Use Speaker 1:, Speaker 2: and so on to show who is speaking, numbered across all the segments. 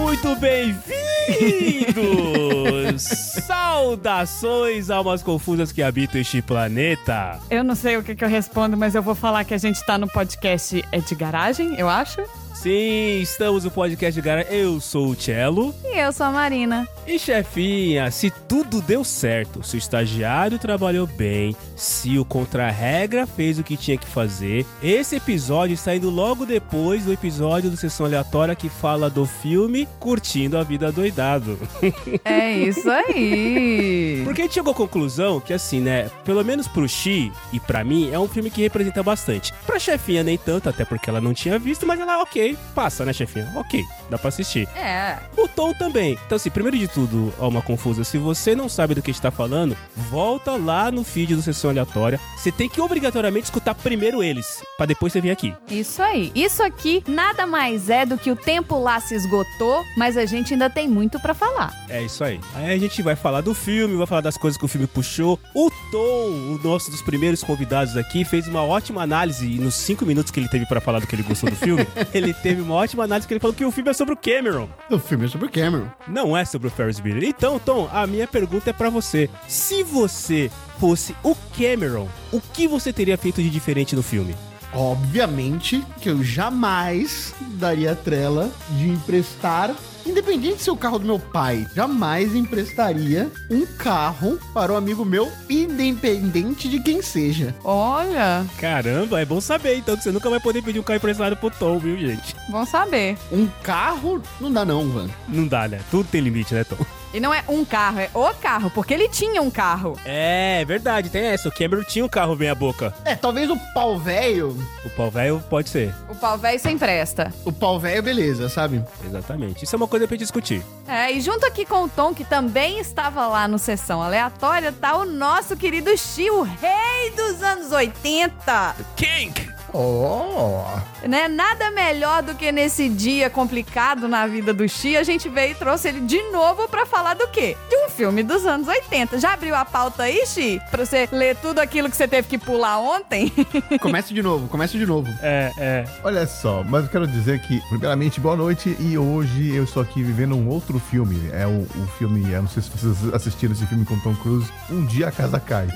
Speaker 1: muito bem-vindos! Saudações, almas confusas que habitam este planeta!
Speaker 2: Eu não sei o que, que eu respondo, mas eu vou falar que a gente tá no podcast é de garagem, eu acho.
Speaker 1: Sim, estamos no podcast Gara. Eu sou o Cello.
Speaker 3: E eu sou a Marina.
Speaker 1: E chefinha, se tudo deu certo, se o estagiário trabalhou bem, se o contra-regra fez o que tinha que fazer, esse episódio está indo logo depois do episódio do Sessão Aleatória que fala do filme Curtindo a Vida Doidado.
Speaker 3: É isso aí.
Speaker 1: Porque a gente chegou à conclusão que, assim, né, pelo menos pro Xi e pra mim, é um filme que representa bastante. Pra chefinha, nem tanto, até porque ela não tinha visto, mas ela, ok, passa, né, chefinha? Ok, dá pra assistir.
Speaker 3: É.
Speaker 1: O Tom também. Então, assim, primeiro de tudo, ó, uma confusa. Se você não sabe do que a gente tá falando, volta lá no feed do Sessão Aleatória. Você tem que obrigatoriamente escutar primeiro eles, pra depois você vir aqui.
Speaker 3: Isso aí. Isso aqui nada mais é do que o tempo lá se esgotou, mas a gente ainda tem muito pra falar.
Speaker 1: É isso aí. Aí a gente vai falar do filme, vai falar das coisas que o filme puxou. O Tom, o nosso dos primeiros convidados aqui, fez uma ótima análise e nos cinco minutos que ele teve pra falar do que ele gostou do filme, ele teve uma ótima análise que ele falou que o filme é sobre o Cameron.
Speaker 4: O filme é sobre o Cameron.
Speaker 1: Não é sobre o Ferris Bueller. Então, Tom, a minha pergunta é pra você. Se você fosse o Cameron, o que você teria feito de diferente no filme?
Speaker 4: Obviamente que eu jamais daria trela de emprestar, independente se é o carro do meu pai, jamais emprestaria um carro para um amigo meu, independente de quem seja.
Speaker 2: Olha,
Speaker 1: Caramba, é bom saber então que você nunca vai poder pedir um carro emprestado pro Tom, viu, gente?
Speaker 2: bom saber.
Speaker 4: Um carro não dá não, Van.
Speaker 1: Não dá, né? Tudo tem limite, né, Tom?
Speaker 2: E não é um carro, é o carro, porque ele tinha um carro.
Speaker 1: É, verdade, tem essa. O Cameron tinha um carro bem à boca.
Speaker 4: É, talvez o pau velho,
Speaker 1: O pau velho pode ser.
Speaker 2: O pau velho se empresta.
Speaker 4: o pau velho beleza, sabe?
Speaker 1: Exatamente. Isso é uma coisa pra gente discutir.
Speaker 3: É, e junto aqui com o Tom, que também estava lá no Sessão Aleatória, tá o nosso querido Chi, o rei dos anos 80.
Speaker 1: Kink!
Speaker 4: Oh,
Speaker 3: Né? Nada melhor do que nesse dia complicado na vida do Chi, a gente veio e trouxe ele de novo pra falar do quê? De um filme dos anos 80. Já abriu a pauta aí, Chi? Pra você ler tudo aquilo que você teve que pular ontem?
Speaker 4: começa de novo, começa de novo.
Speaker 1: É, é.
Speaker 5: Olha só, mas eu quero dizer que, primeiramente, boa noite. E hoje eu estou aqui vivendo um outro filme. É o, o filme, eu não sei se vocês assistiram esse filme com Tom Cruise, Um Dia a Casa Cai.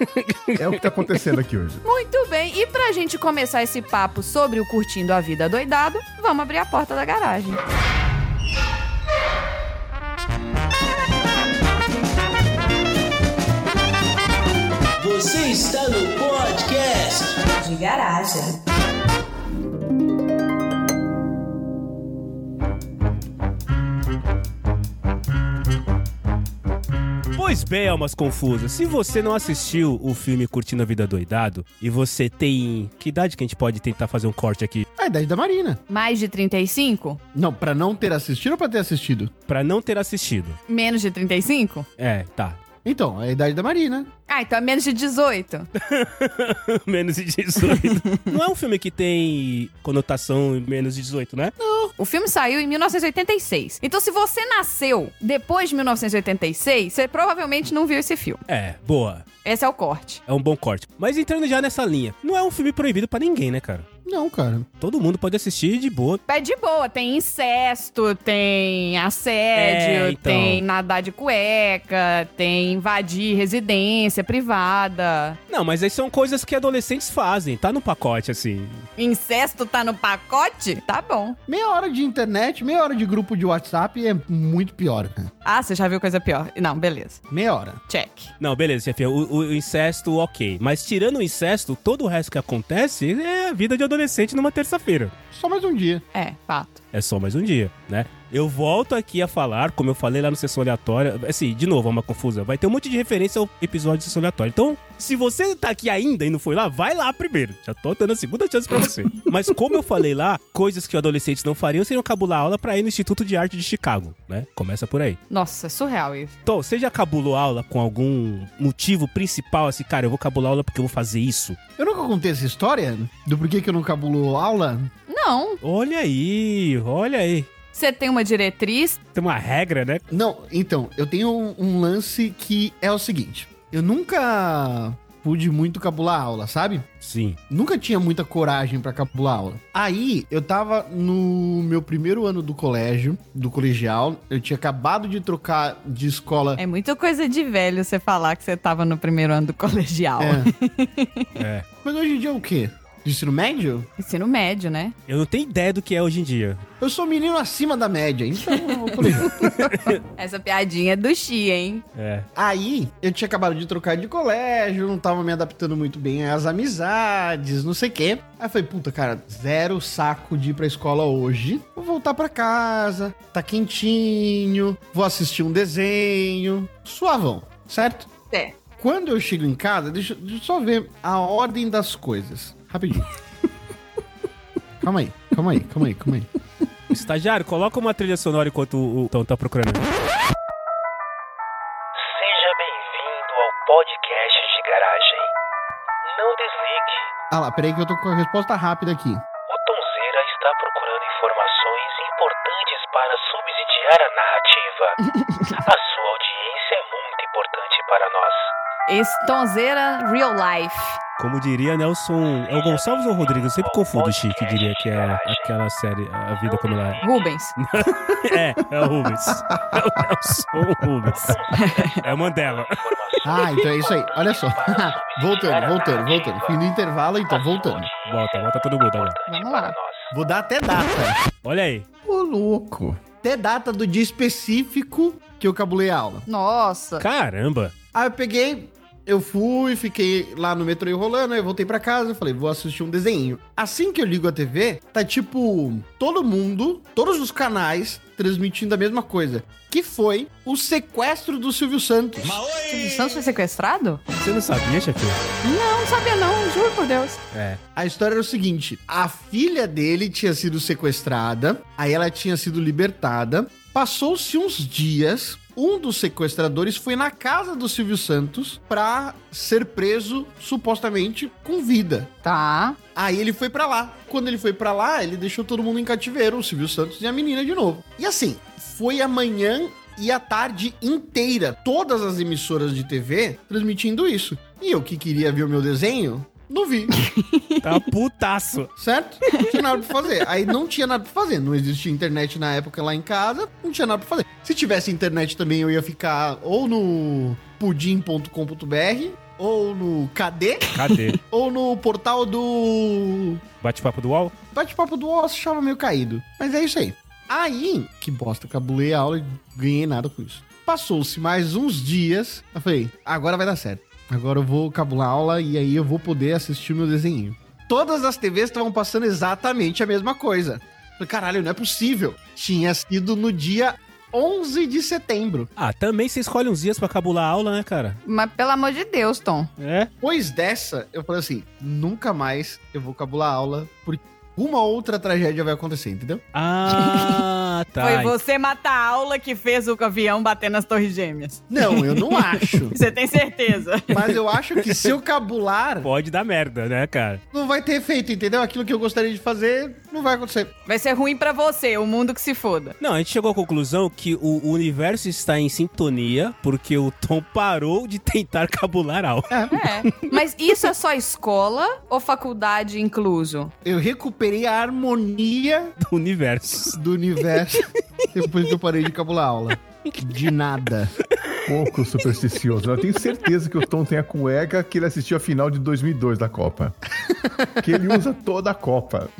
Speaker 5: é o que tá acontecendo aqui hoje.
Speaker 3: Muito bem, e pra gente começar esse papo sobre o Curtindo a Vida Doidado, vamos abrir a porta da garagem.
Speaker 6: Você está no podcast de garagem.
Speaker 1: Pois bem, almas confusas, se você não assistiu o filme Curtindo a Vida Doidado e você tem. Que idade que a gente pode tentar fazer um corte aqui?
Speaker 4: A idade da Marina.
Speaker 3: Mais de 35?
Speaker 4: Não, pra não ter assistido ou pra ter assistido?
Speaker 1: Pra não ter assistido.
Speaker 2: Menos de 35?
Speaker 1: É, tá.
Speaker 4: Então, a idade da Marina.
Speaker 3: Ah, então é menos de 18.
Speaker 1: menos de 18. não é um filme que tem conotação menos de 18, né?
Speaker 3: O filme saiu em 1986. Então, se você nasceu depois de 1986, você provavelmente não viu esse filme.
Speaker 1: É, boa.
Speaker 3: Esse é o corte.
Speaker 1: É um bom corte. Mas entrando já nessa linha, não é um filme proibido pra ninguém, né, cara?
Speaker 4: Não, cara.
Speaker 1: Todo mundo pode assistir de boa.
Speaker 3: É de boa, tem incesto, tem assédio,
Speaker 1: É, então.
Speaker 3: tem nadar de cueca, tem invadir residência privada.
Speaker 1: Não, mas aí são coisas que adolescentes fazem, tá no pacote, assim.
Speaker 3: Incesto tá no pacote? Tá bom.
Speaker 4: Meia hora de internet, meia hora de grupo de WhatsApp é muito pior, cara.
Speaker 2: Ah, você já viu coisa pior? Não, beleza.
Speaker 4: Meia hora.
Speaker 2: Check.
Speaker 1: Não, beleza, chefe. O, o incesto, ok. Mas tirando o incesto, todo o resto que acontece é a vida de adolescente numa terça-feira.
Speaker 4: Só mais um dia.
Speaker 2: É, fato.
Speaker 1: É só mais um dia, né? Eu volto aqui a falar, como eu falei lá no Sessão Aleatória. Assim, de novo, é uma confusa. Vai ter um monte de referência ao episódio de Sessão Aleatória. Então, se você tá aqui ainda e não foi lá, vai lá primeiro. Já tô dando a segunda chance pra você. Mas como eu falei lá, coisas que adolescentes não fariam seriam cabular aula pra ir no Instituto de Arte de Chicago, né? Começa por aí.
Speaker 2: Nossa, é surreal isso.
Speaker 1: Então, você já cabulou aula com algum motivo principal? Assim, cara, eu vou cabular aula porque eu vou fazer isso.
Speaker 4: Eu nunca contei essa história do porquê que eu não cabulou aula.
Speaker 3: Não,
Speaker 1: Olha aí, olha aí.
Speaker 3: você tem uma diretriz.
Speaker 1: Tem uma regra, né?
Speaker 4: Não, então, eu tenho um, um lance que é o seguinte. Eu nunca pude muito cabular aula, sabe?
Speaker 1: Sim.
Speaker 4: Nunca tinha muita coragem pra cabular aula. Aí, eu tava no meu primeiro ano do colégio, do colegial. Eu tinha acabado de trocar de escola.
Speaker 2: É muita coisa de velho você falar que você tava no primeiro ano do colegial.
Speaker 1: É.
Speaker 4: É. Mas hoje em dia é o quê? De ensino médio?
Speaker 2: Ensino médio, né?
Speaker 1: Eu não tenho ideia do que é hoje em dia.
Speaker 4: Eu sou menino acima da média, então é o colegial.
Speaker 3: Essa piadinha é do Xi, hein?
Speaker 1: É.
Speaker 4: Aí, eu tinha acabado de trocar de colégio, não tava me adaptando muito bem às amizades, não sei o quê. Aí eu falei, puta, cara, zero saco de ir pra escola hoje. Vou voltar pra casa, tá quentinho, vou assistir um desenho. Suavão, certo?
Speaker 3: É.
Speaker 4: Quando eu chego em casa, deixa, deixa eu só ver a ordem das coisas. Rapidinho. calma aí, calma aí, calma aí, calma aí.
Speaker 1: Estagiário, coloca uma trilha sonora enquanto o Tom tá procurando.
Speaker 7: Seja bem-vindo ao podcast de garagem. Não desligue.
Speaker 4: Ah lá, peraí que eu tô com a resposta rápida aqui.
Speaker 7: O Tonzeira está procurando informações importantes para subsidiar a narrativa. a sua audiência é muito importante para nós.
Speaker 3: Estonzeira Real Life.
Speaker 1: Como diria Nelson. É o Gonçalves ou o Rodrigues? Eu sempre confundo, Chi, que diria que é aquela série A Vida Como Ela É.
Speaker 3: Rubens.
Speaker 1: É, é o Rubens. É o Nelson Rubens. É o Mandela.
Speaker 4: Ah, então é isso aí. Olha só. voltando, voltando, voltando. Fim do intervalo, então, voltando.
Speaker 1: Volta, volta todo mundo agora.
Speaker 3: Vamos lá.
Speaker 4: Vou dar até data.
Speaker 1: Olha aí.
Speaker 5: Ô, louco.
Speaker 4: Até data do dia específico que eu cabulei a aula.
Speaker 3: Nossa.
Speaker 1: Caramba.
Speaker 4: Aí eu peguei, eu fui, fiquei lá no metrô enrolando, aí eu voltei pra casa, eu falei, vou assistir um desenho. Assim que eu ligo a TV, tá tipo todo mundo, todos os canais transmitindo a mesma coisa, que foi o sequestro do Silvio Santos.
Speaker 3: O Santos foi sequestrado?
Speaker 1: Você não sabia, chefe?
Speaker 3: Não, não sabia não, juro por Deus.
Speaker 1: É.
Speaker 4: A história era o seguinte: a filha dele tinha sido sequestrada, aí ela tinha sido libertada. Passou-se uns dias, um dos sequestradores foi na casa do Silvio Santos pra ser preso, supostamente, com vida.
Speaker 3: Tá.
Speaker 4: Aí ele foi pra lá. Quando ele foi pra lá, ele deixou todo mundo em cativeiro, o Silvio Santos e a menina de novo. E assim, foi amanhã e a tarde inteira, todas as emissoras de TV transmitindo isso. E eu que queria ver o meu desenho, não vi,
Speaker 1: Tá putaço.
Speaker 4: certo? Não tinha nada pra fazer. Aí não tinha nada pra fazer. Não existia internet na época lá em casa, não tinha nada pra fazer. Se tivesse internet também, eu ia ficar ou no pudim.com.br, ou no KD,
Speaker 1: Cadê?
Speaker 4: ou no portal do
Speaker 1: Bate-papo do UOL?
Speaker 4: bate-papo do UOL, achava meio caído. Mas é isso aí. Aí, que bosta, cabulei a aula e ganhei nada com isso. Passou-se mais uns dias, eu falei, agora vai dar certo. Agora eu vou cabular a aula e aí eu vou poder assistir meu desenho. Todas as TVs estavam passando exatamente a mesma coisa. Falei, caralho, não é possível. Tinha sido no dia 11 de setembro.
Speaker 1: Ah, também você escolhe uns dias pra cabular a aula, né, cara?
Speaker 3: Mas pelo amor de Deus, Tom.
Speaker 1: É?
Speaker 4: Depois dessa, eu falei assim, nunca mais eu vou cabular a aula, porque uma outra tragédia vai acontecer, entendeu?
Speaker 1: Ah, tá.
Speaker 2: Foi você matar a aula que fez o avião bater nas torres gêmeas.
Speaker 4: Não, eu não acho.
Speaker 2: Você tem certeza?
Speaker 4: Mas eu acho que se eu cabular,
Speaker 1: Pode dar merda, né, cara?
Speaker 4: não vai ter efeito, entendeu? Aquilo que eu gostaria de fazer não vai acontecer.
Speaker 2: Vai ser ruim pra você, o mundo que se foda.
Speaker 1: Não, a gente chegou à conclusão que o o universo está em sintonia porque o Tom parou de tentar cabular aula.
Speaker 3: É. Mas isso é só escola ou faculdade incluso?
Speaker 4: Eu recuperei a harmonia
Speaker 1: do universo.
Speaker 4: do universo depois que eu parei de cabular aula. De nada.
Speaker 5: Pouco supersticioso. Eu tenho certeza que o Tom tem a cueca que ele assistiu a final de 2002 da Copa. Que ele usa toda a Copa.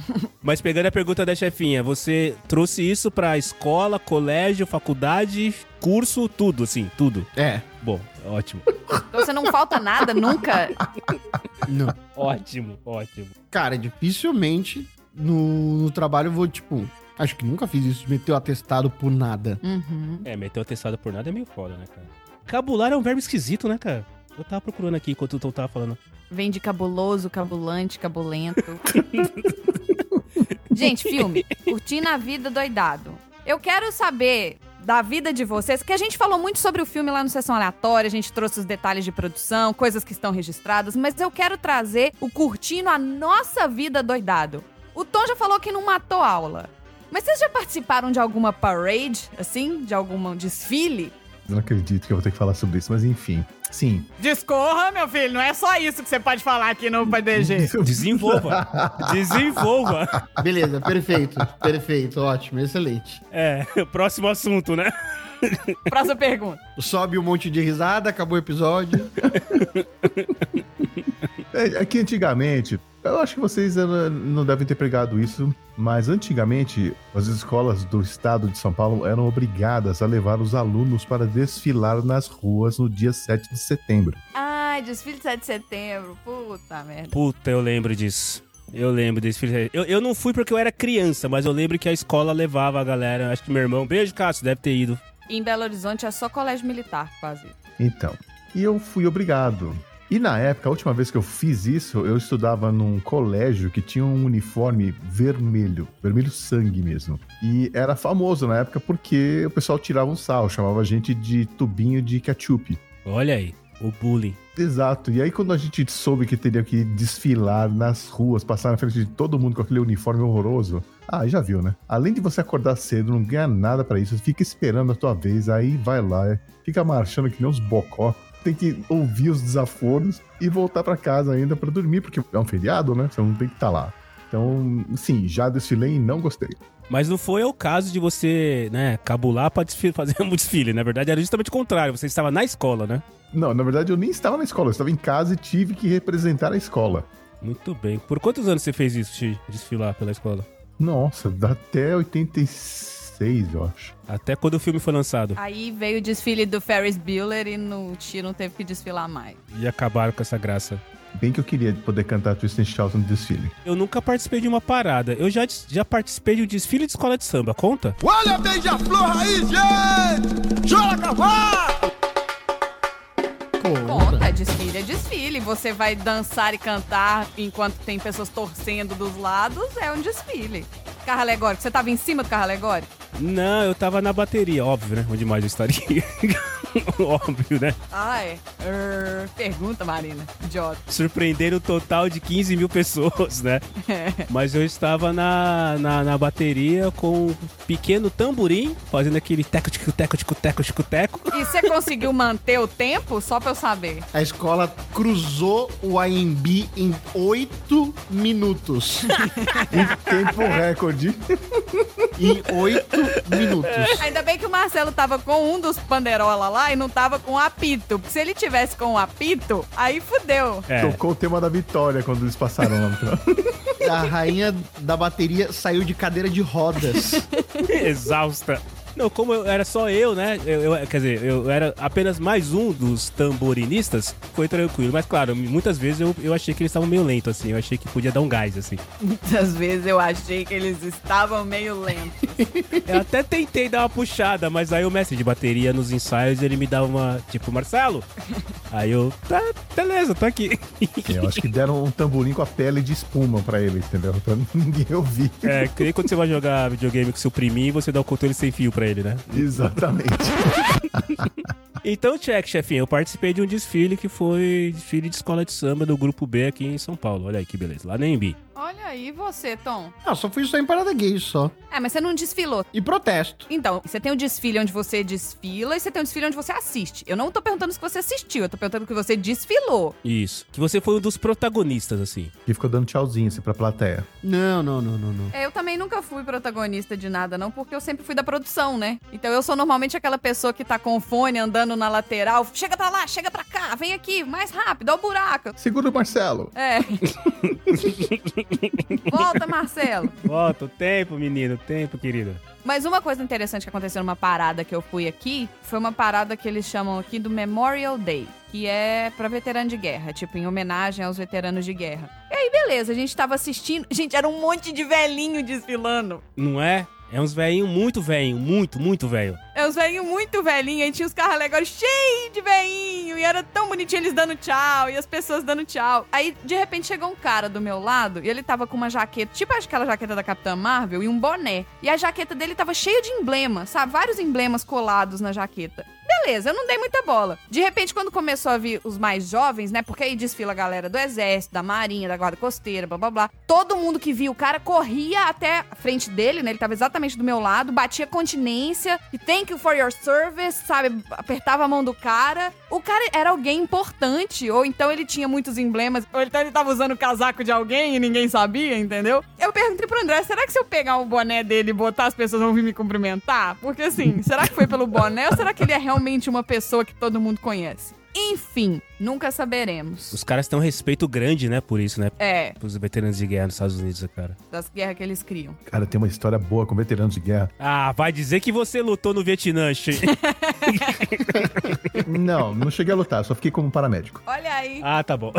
Speaker 1: Mas pegando a pergunta da chefinha, você trouxe isso pra escola, colégio, faculdade, curso, tudo, assim, tudo.
Speaker 4: É.
Speaker 1: Bom, ótimo.
Speaker 3: Então você não falta nada nunca?
Speaker 4: Não.
Speaker 1: Ótimo, ótimo.
Speaker 4: Cara, dificilmente no, no trabalho eu vou, tipo. Acho que nunca fiz isso, de meter o atestado por nada.
Speaker 3: Uhum.
Speaker 1: É, meter o testado por nada é meio foda, né, cara? Cabular é um verbo esquisito, né, cara? Eu tava procurando aqui enquanto o Tom tava falando.
Speaker 3: Vem de cabuloso, cabulante, cabulento. Gente, filme. Curtindo a vida doidado. Eu quero saber da vida de vocês, que a gente falou muito sobre o filme lá no Sessão Aleatória, a gente trouxe os detalhes de produção, coisas que estão registradas, mas eu quero trazer o curtindo a nossa vida doidado. O Tom já falou que não matou aula. Mas vocês já participaram de alguma parade, assim? De algum desfile?
Speaker 5: Eu não acredito que eu vou ter que falar sobre isso, mas enfim. Sim.
Speaker 2: Discorra, meu filho, não é só isso que você pode falar aqui no PDG.
Speaker 1: Desenvolva. Desenvolva.
Speaker 4: Beleza, perfeito, perfeito, ótimo, excelente.
Speaker 1: É, próximo assunto, né?
Speaker 2: Próxima pergunta.
Speaker 4: Sobe um monte de risada, acabou o episódio.
Speaker 5: É, Aqui antigamente, eu acho que vocês eh, não- não devem ter pregado isso, mas antigamente as escolas do estado de São Paulo eram obrigadas a levar os alunos para desfilar nas ruas no dia 7 de setembro.
Speaker 3: Ai, desfile de 7 de setembro. Puta merda.
Speaker 1: Puta, eu lembro disso. Eu lembro desse filho. Eu, eu não fui porque eu era criança, mas eu lembro que a escola levava a galera. Acho que meu irmão. Beijo, Cássio, deve ter ido.
Speaker 3: Em Belo Horizonte é só colégio militar, quase.
Speaker 5: Então, e eu fui obrigado. E na época, a última vez que eu fiz isso, eu estudava num colégio que tinha um uniforme vermelho, vermelho sangue mesmo. E era famoso na época porque o pessoal tirava um sal, chamava a gente de tubinho de ketchup.
Speaker 1: Olha aí, o bullying.
Speaker 5: Exato. E aí, quando a gente soube que teria que desfilar nas ruas, passar na frente de todo mundo com aquele uniforme horroroso, ah, já viu, né? Além de você acordar cedo, não ganha nada pra isso, fica esperando a tua vez, aí vai lá, é. fica marchando que nem uns bocó, tem que ouvir os desaforos e voltar pra casa ainda pra dormir, porque é um feriado, né? Você não tem que estar lá. Então, sim, já desfilei e não gostei.
Speaker 1: Mas não foi o caso de você, né, cabular pra desfile- fazer um desfile. Na verdade, era justamente o contrário. Você estava na escola, né?
Speaker 5: Não, na verdade eu nem estava na escola, eu estava em casa e tive que representar a escola.
Speaker 1: Muito bem. Por quantos anos você fez isso, de desfilar pela escola?
Speaker 5: Nossa, dá até 86, eu acho.
Speaker 1: Até quando o filme foi lançado.
Speaker 3: Aí veio o desfile do Ferris Bueller e no tio não teve que desfilar mais.
Speaker 1: E acabaram com essa graça.
Speaker 5: Bem que eu queria poder cantar Twist and Shout no desfile.
Speaker 1: Eu nunca participei de uma parada. Eu já, des- já participei de um desfile de escola de samba. Conta?
Speaker 8: Olha a beija-flor aí, gente! Chora cavalo!
Speaker 3: Conta, desfile é desfile. Você vai dançar e cantar enquanto tem pessoas torcendo dos lados, é um desfile. Carro alegórico, você tava em cima do carro alegórico?
Speaker 1: Não, eu tava na bateria, óbvio, né? Onde mais eu estaria? óbvio, né?
Speaker 3: Ah, é. Err, pergunta, Marina. Idiota.
Speaker 1: Surpreenderam o total de 15 mil pessoas, né? Mas eu estava na, na, na bateria com um pequeno tamborim, fazendo aquele teco, tico, teco, tico, teco, tico, teco.
Speaker 3: E você conseguiu manter o tempo? Só pra eu saber.
Speaker 4: A escola cruzou o AMB em oito minutos.
Speaker 5: Tempo recorde.
Speaker 4: em oito minutos.
Speaker 3: Ainda bem que o Marcelo tava com um dos panderola lá e não tava com o apito. Porque se ele tivesse com o apito, aí fudeu.
Speaker 1: É,
Speaker 5: Tocou o tema da vitória quando eles passaram lá no final.
Speaker 4: A rainha da bateria saiu de cadeira de rodas.
Speaker 1: exausta. Não, como eu, era só eu, né? Eu, eu- quer dizer, eu era apenas mais um dos tamborinistas, foi tranquilo. Mas claro, muitas vezes eu, eu achei que eles estavam meio lento, assim. Eu achei que podia dar um gás, assim.
Speaker 3: Muitas vezes eu achei que eles estavam meio lentos.
Speaker 1: Eu até tentei dar uma puxada, mas aí o mestre de bateria nos ensaios ele me dava uma. Tipo, Marcelo. Aí eu. Tá, beleza, tô aqui.
Speaker 5: Eu acho que deram um tamborim com a pele de espuma pra ele, entendeu? Pra ninguém ouvir.
Speaker 1: É, que nem quando você vai jogar videogame com seu priminho, você dá o controle sem fio pra ele, né?
Speaker 5: Exatamente.
Speaker 1: Então, check, chefinho. Eu participei de um desfile que foi desfile de escola de samba do Grupo B aqui em São Paulo. Olha aí que beleza. Lá nem bi.
Speaker 3: Olha aí você, Tom.
Speaker 4: Ah, só fui só em parada gay, só.
Speaker 3: É, mas você não desfilou.
Speaker 4: E protesto.
Speaker 3: Então, você tem um desfile onde você desfila e você tem um desfile onde você assiste. Eu não tô perguntando se você assistiu, eu tô perguntando que você desfilou.
Speaker 1: Isso. Que você foi um dos protagonistas, assim.
Speaker 5: E ficou dando tchauzinho assim pra plateia.
Speaker 4: Não, não, não, não, não.
Speaker 3: É, Eu também nunca fui protagonista de nada, não, porque eu sempre fui da produção, né? Então eu sou normalmente aquela pessoa que tá com o fone andando na lateral. Chega pra lá, chega pra cá, vem aqui, mais rápido, ó o buraco.
Speaker 5: Segura o Marcelo.
Speaker 3: É. Volta, Marcelo.
Speaker 1: Volta o tempo, menino. Tempo, querido.
Speaker 3: Mas uma coisa interessante que aconteceu numa parada que eu fui aqui foi uma parada que eles chamam aqui do Memorial Day, que é pra veterano de guerra, tipo, em homenagem aos veteranos de guerra. E aí, beleza, a gente tava assistindo. Gente, era um monte de velhinho desfilando.
Speaker 1: Não é? É uns velhinho muito velhinho. Muito, muito velho.
Speaker 3: É uns velhinhos muito velhinhos, aí tinha os carros alegóricos cheios de velhinho, e era tão bonitinho eles dando tchau, e as pessoas dando tchau. Aí, de repente, chegou um cara do meu lado, e ele tava com uma jaqueta, tipo aquela jaqueta da Capitã Marvel, e um boné. E a jaqueta dele tava cheia de emblemas, sabe? Vários emblemas colados na jaqueta. beleza, eu não dei muita bola. De repente, quando começou a vir os mais jovens, né? Porque aí desfila a galera do exército, da marinha, da guarda costeira, blá blá blá. Todo mundo que via o cara corria até a frente dele, né? Ele tava exatamente do meu lado, batia continência e thank you for your service, sabe? Apertava a mão do cara. O cara era alguém importante, ou então ele tinha muitos emblemas, ou então ele tava usando o casaco de alguém e ninguém sabia, entendeu? Eu perguntei pro André, será que se eu pegar o boné dele e botar as pessoas vão vir me cumprimentar? Porque assim, será que foi pelo boné ou será que ele é realmente uma pessoa que todo mundo conhece? Enfim, nunca saberemos.
Speaker 1: Os caras têm um respeito grande, né, por isso, né?
Speaker 3: É,
Speaker 1: Pros veteranos de guerra nos Estados Unidos, cara.
Speaker 3: das guerras que eles criam.
Speaker 5: Cara, tem uma história boa com veteranos de guerra.
Speaker 1: Ah, vai dizer que você lutou no Vietnã, Xi.
Speaker 5: Não, não cheguei a lutar, só fiquei como um paramédico.
Speaker 3: Olha aí.
Speaker 1: ah, tá bom.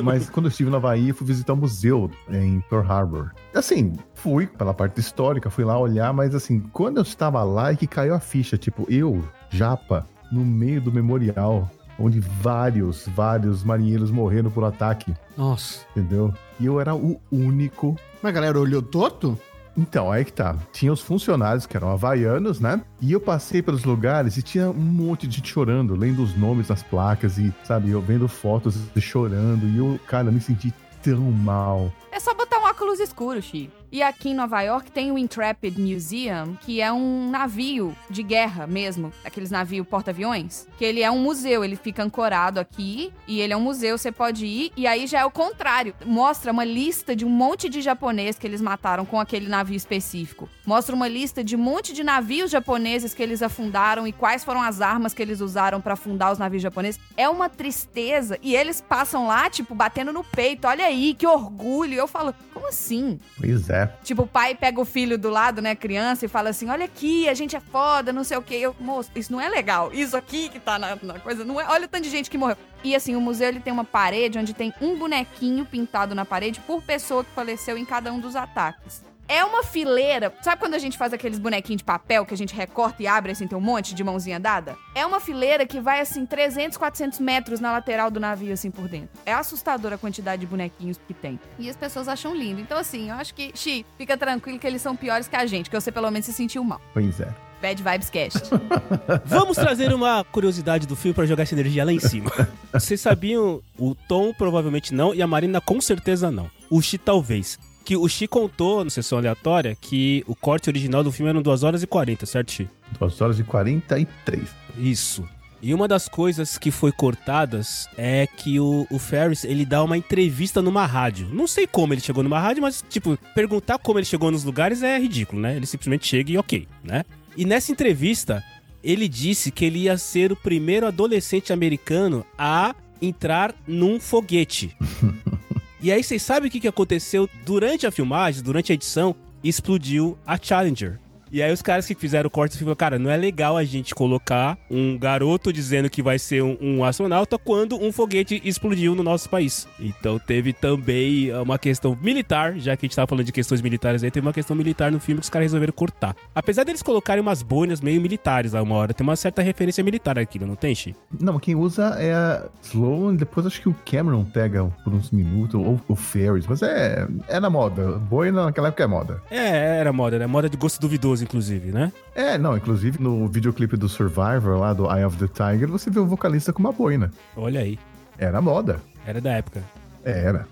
Speaker 5: Mas quando eu estive no Havaí, eu fui visitar um museu em Pearl Harbor. Assim, fui pela parte histórica, fui lá olhar, mas assim, quando eu estava lá é que caiu a ficha, tipo, eu, japa, no meio do memorial, onde vários, vários marinheiros morreram por ataque,
Speaker 9: Nossa.
Speaker 5: entendeu? E eu era o único.
Speaker 4: Mas a galera olhou torto?
Speaker 5: Então, aí que tá. Tinha os funcionários que eram havaianos, né? E eu passei pelos lugares e tinha um monte de gente chorando, lendo os nomes nas placas e, sabe, eu vendo fotos e chorando. E eu, cara, eu me senti tão mal.
Speaker 3: É só botar um óculos escuro, Chi. E aqui em Nova York tem o Intrepid Museum, que é um navio de guerra mesmo, aqueles navios porta-aviões, que ele é um museu, ele fica ancorado aqui e ele é um museu, você pode ir, e aí já é o contrário. Mostra uma lista de um monte de japonês que eles mataram com aquele navio específico. Mostra uma lista de um monte de navios japoneses que eles afundaram e quais foram as armas que eles usaram pra afundar os navios japoneses. É uma tristeza e eles passam lá tipo batendo no peito. Olha aí que orgulho. Eu falo, como assim?
Speaker 5: Pois é.
Speaker 3: Tipo, o pai pega o filho do lado, né, criança, e fala assim: olha aqui, a gente é foda, não sei o quê. Eu, moço, isso não é legal. Isso aqui que tá na, na coisa, não é. Olha o tanto de gente que morreu. E assim, o museu ele tem uma parede onde tem um bonequinho pintado na parede por pessoa que faleceu em cada um dos ataques. É uma fileira. Sabe quando a gente faz aqueles bonequinhos de papel que a gente recorta e abre assim, tem um monte de mãozinha dada? É uma fileira que vai assim 300, 400 metros na lateral do navio, assim por dentro. É assustadora a quantidade de bonequinhos que tem. E as pessoas acham lindo. Então, assim, eu acho que, Xi, fica tranquilo que eles são piores que a gente, que você pelo menos se sentiu mal.
Speaker 5: Pois é.
Speaker 3: Bad Vibes Cast.
Speaker 1: Vamos trazer uma curiosidade do filme pra jogar essa energia lá em cima. Vocês sabiam, o Tom provavelmente não, e a Marina com certeza não. O Chi talvez. Que o Chi contou na sessão é aleatória que o corte original do filme era 2 horas e 40, certo, Chi?
Speaker 5: 2 horas e 43.
Speaker 1: Isso. E uma das coisas que foi cortadas é que o, o Ferris, ele dá uma entrevista numa rádio. Não sei como ele chegou numa rádio, mas, tipo, perguntar como ele chegou nos lugares é ridículo, né? Ele simplesmente chega e ok, né? E nessa entrevista, ele disse que ele ia ser o primeiro adolescente americano a entrar num foguete. e aí vocês sabem o que que aconteceu durante a filmagem, durante a edição? Explodiu a Challenger. E aí os caras que fizeram o corte falaram, cara, não é legal a gente colocar um garoto dizendo que vai ser um, um astronauta quando um foguete explodiu no nosso país. Então teve também eh, uma questão militar, já que a gente tava falando de questões militares aí, teve uma questão militar no filme que os caras resolveram cortar. Apesar deles colocarem umas boinas meio militares lá uma hora, tem uma certa referência militar aquilo, não tem, Chi?
Speaker 5: Não, quem usa é a Sloan, depois acho que o Cameron pega por uns minutos, ou o Ferris, mas é, é na moda. Boina naquela época é moda.
Speaker 1: É, era moda, né? Moda de gosto duvidoso, inclusive, né?
Speaker 5: É, não, inclusive no videoclipe do Survivor, lá do Eye of the Tiger, você vê o vocalista com uma boina.
Speaker 1: Olha aí,
Speaker 5: Era moda.
Speaker 1: era da época.
Speaker 5: É, era.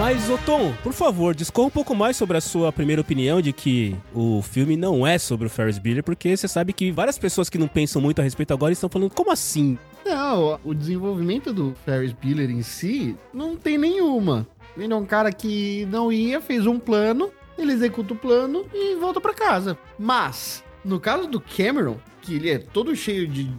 Speaker 1: Mas, ô Tom, por favor, discorra um pouco mais sobre a sua primeira opinião de que o filme não é sobre o Ferris Bueller, porque você sabe que várias pessoas que não pensam muito a respeito agora estão falando, como assim?
Speaker 4: Não, o desenvolvimento do Ferris Bueller em si não tem nenhuma. Ele é um cara que não ia, fez um plano, ele executa o plano e volta pra casa. Mas, no caso do Cameron, que ele é todo cheio de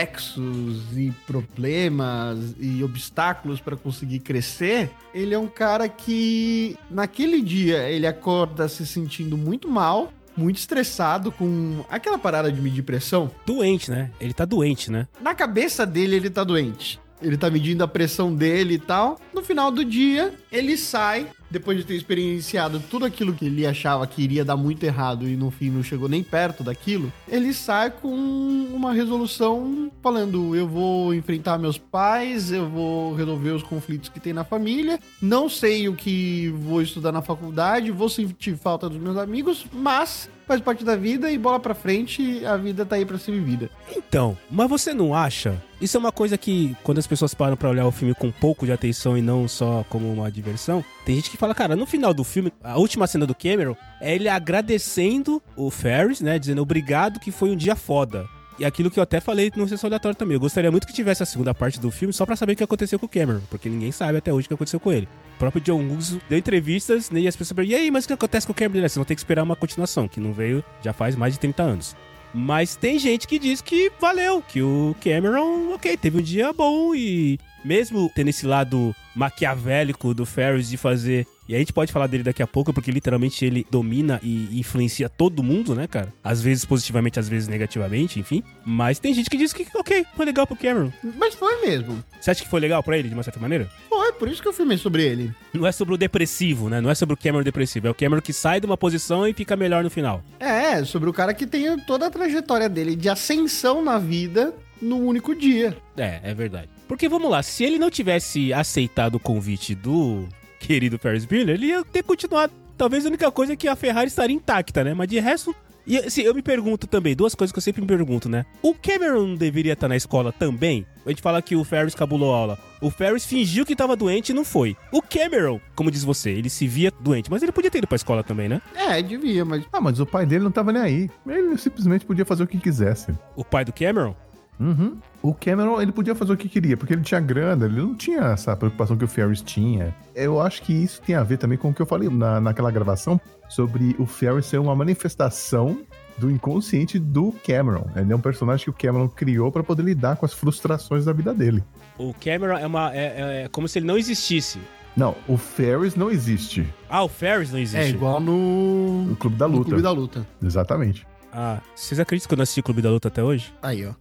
Speaker 4: complexos e problemas e obstáculos pra conseguir crescer, ele é um cara que naquele dia ele acorda se sentindo muito mal, muito estressado com aquela parada de medir pressão.
Speaker 1: Doente, né? Ele tá doente, né?
Speaker 4: Na cabeça dele, ele tá doente. Ele tá medindo a pressão dele e tal. No final do dia, ele sai depois de ter experienciado tudo aquilo que ele achava que iria dar muito errado e no fim não chegou nem perto daquilo, ele sai com uma resolução falando: eu vou enfrentar meus pais, eu vou resolver os conflitos que tem na família, não sei o que vou estudar na faculdade, vou sentir falta dos meus amigos, mas faz parte da vida e bola pra frente, a vida tá aí pra ser vivida.
Speaker 1: Então, mas você não acha? Isso é uma coisa que, quando as pessoas param pra olhar o filme com um pouco de atenção e não só como uma diversão, tem gente que fala, cara, no final do filme, a última cena do Cameron é ele agradecendo o Ferris, né? Dizendo obrigado que foi um dia foda. E aquilo que eu até falei no sessão aleatório também. Eu gostaria muito que tivesse a segunda parte do filme só pra saber o que aconteceu com o Cameron, porque ninguém sabe até hoje o que aconteceu com ele. O próprio John Woo deu entrevistas né, e as pessoas perguntam: e aí, mas o que acontece com o Cameron? Ele, Você não tem que esperar uma continuação, que não veio já faz mais de 30 anos. Mas tem gente que diz que valeu, que o Cameron, ok, teve um dia bom e mesmo tendo esse lado maquiavélico do Ferris de fazer. E a gente pode falar dele daqui a pouco, porque literalmente ele domina e influencia todo mundo, né, cara? Às vezes positivamente, às vezes negativamente, enfim. Mas tem gente que diz que, ok, foi legal pro Cameron.
Speaker 4: Mas foi mesmo.
Speaker 1: Você acha que foi legal pra ele, de uma certa maneira?
Speaker 4: Foi, é por isso que eu filmei sobre ele.
Speaker 1: Não é sobre o depressivo, né? Não é sobre o Cameron depressivo. É o Cameron que sai de uma posição e fica melhor no final.
Speaker 4: É, sobre o cara que tem toda a trajetória dele de ascensão na vida num único dia.
Speaker 1: É, é verdade. Porque vamos lá, se ele não tivesse aceitado o convite do querido Ferris Bueller, ele ia ter continuado. Talvez a única coisa é que a Ferrari estaria intacta, né? Mas de resto. E assim, eu me pergunto também, duas coisas que eu sempre me pergunto, né? O Cameron deveria estar na escola também? A gente fala que o Ferris cabulou a aula. O Ferris fingiu que estava doente e não foi. O Cameron, como diz você, ele se via doente, mas ele podia ter ido pra escola também, né?
Speaker 4: É, devia, mas.
Speaker 5: Ah, mas o pai dele não tava nem aí. Ele simplesmente podia fazer o que quisesse.
Speaker 1: O pai do Cameron?
Speaker 5: Uhum. O Cameron, ele podia fazer o que queria, porque ele tinha grana, ele não tinha essa preocupação que o Ferris tinha. Eu acho que isso tem a ver também com o que eu falei na, naquela gravação sobre o Ferris ser uma manifestação do inconsciente do Cameron. Ele é um personagem que o Cameron criou para poder lidar com as frustrações da vida dele.
Speaker 1: O Cameron é, uma, é, é como se ele não existisse.
Speaker 5: Não, o Ferris não existe.
Speaker 1: Ah, o Ferris não existe.
Speaker 4: É igual no.
Speaker 5: O Clube da Luta.
Speaker 4: No Clube da Luta.
Speaker 5: Exatamente.
Speaker 1: Ah, vocês acreditam que eu não assisti Clube da Luta até hoje?
Speaker 4: Aí, ó.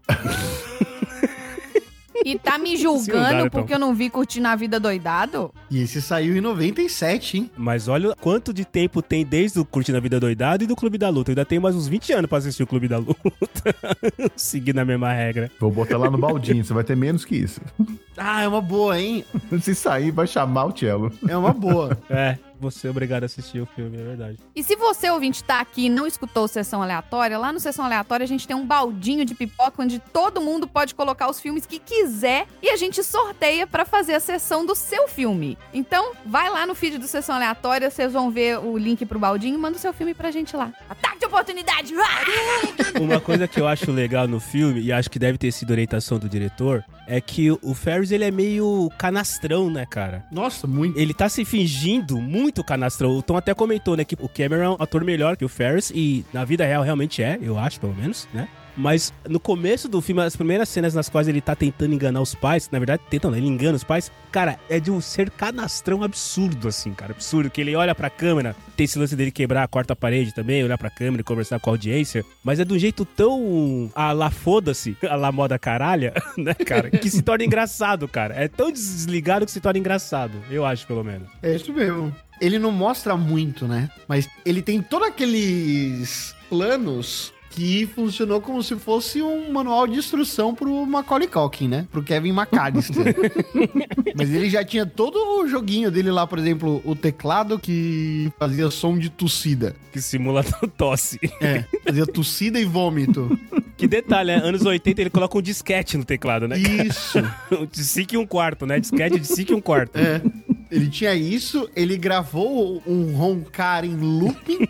Speaker 3: E tá me julgando
Speaker 1: Ciudade, então.
Speaker 3: porque eu não vi curtindo a vida doidado?
Speaker 4: E esse saiu em 97, hein?
Speaker 1: Mas olha quanto de tempo tem desde o Curtindo a Vida Doidado e do Clube da Luta. Eu ainda tenho mais uns 20 anos pra assistir o Clube da Luta. Seguindo a mesma regra.
Speaker 5: Vou botar lá no baldinho, você vai ter menos que isso.
Speaker 4: Ah, é uma boa, hein?
Speaker 5: Se sair, vai chamar o Cello.
Speaker 4: É uma boa.
Speaker 1: É, você é obrigado a assistir o filme, é verdade.
Speaker 3: E se você, ouvinte, tá aqui e não escutou Sessão Aleatória, lá no Sessão Aleatória a gente tem um baldinho de pipoca onde todo mundo pode colocar os filmes que quiser e a gente sorteia pra fazer a sessão do seu filme. Então, vai lá no feed do Sessão Aleatória, vocês vão ver o link pro baldinho e manda o seu filme pra gente lá. Ataque de oportunidade! Ah!
Speaker 1: Uma coisa que eu acho legal no filme, e acho que deve ter sido orientação do diretor, é que o Ferris ele é meio canastrão, né, cara?
Speaker 4: Nossa, muito.
Speaker 1: Ele tá se fingindo muito canastrão. O Tom até comentou, né, que o Cameron é um ator melhor que o Ferris, e na vida real realmente é, eu acho, pelo menos, né? Mas no começo do filme, as primeiras cenas nas quais ele tá tentando enganar os pais, na verdade, tentando, ele engana os pais, cara, é de um ser canastrão absurdo, assim, cara, absurdo. Que ele olha pra câmera, tem esse lance dele quebrar a quarta parede também, olhar pra câmera e conversar com a audiência, mas é de um jeito tão a lá foda-se, a lá moda caralha, né, cara, que se torna engraçado, cara. É tão desligado que se torna engraçado, eu acho, pelo menos.
Speaker 4: É isso mesmo. Ele não mostra muito, né? Mas ele tem todos aqueles planos que funcionou como se fosse um manual de instrução pro Macaulay Culkin, né? Pro Kevin McAllister. Mas ele já tinha todo o joguinho dele lá, por exemplo, o teclado que fazia som de tossida.
Speaker 1: Que simula tosse.
Speaker 4: É, fazia tossida e vômito.
Speaker 1: Que detalhe, né? Anos 80 ele coloca um disquete no teclado, né?
Speaker 4: Isso.
Speaker 1: Um De 5 e um quarto, né? Disquete de 5 e um quarto.
Speaker 4: É. Ele tinha isso, ele gravou um roncar em looping.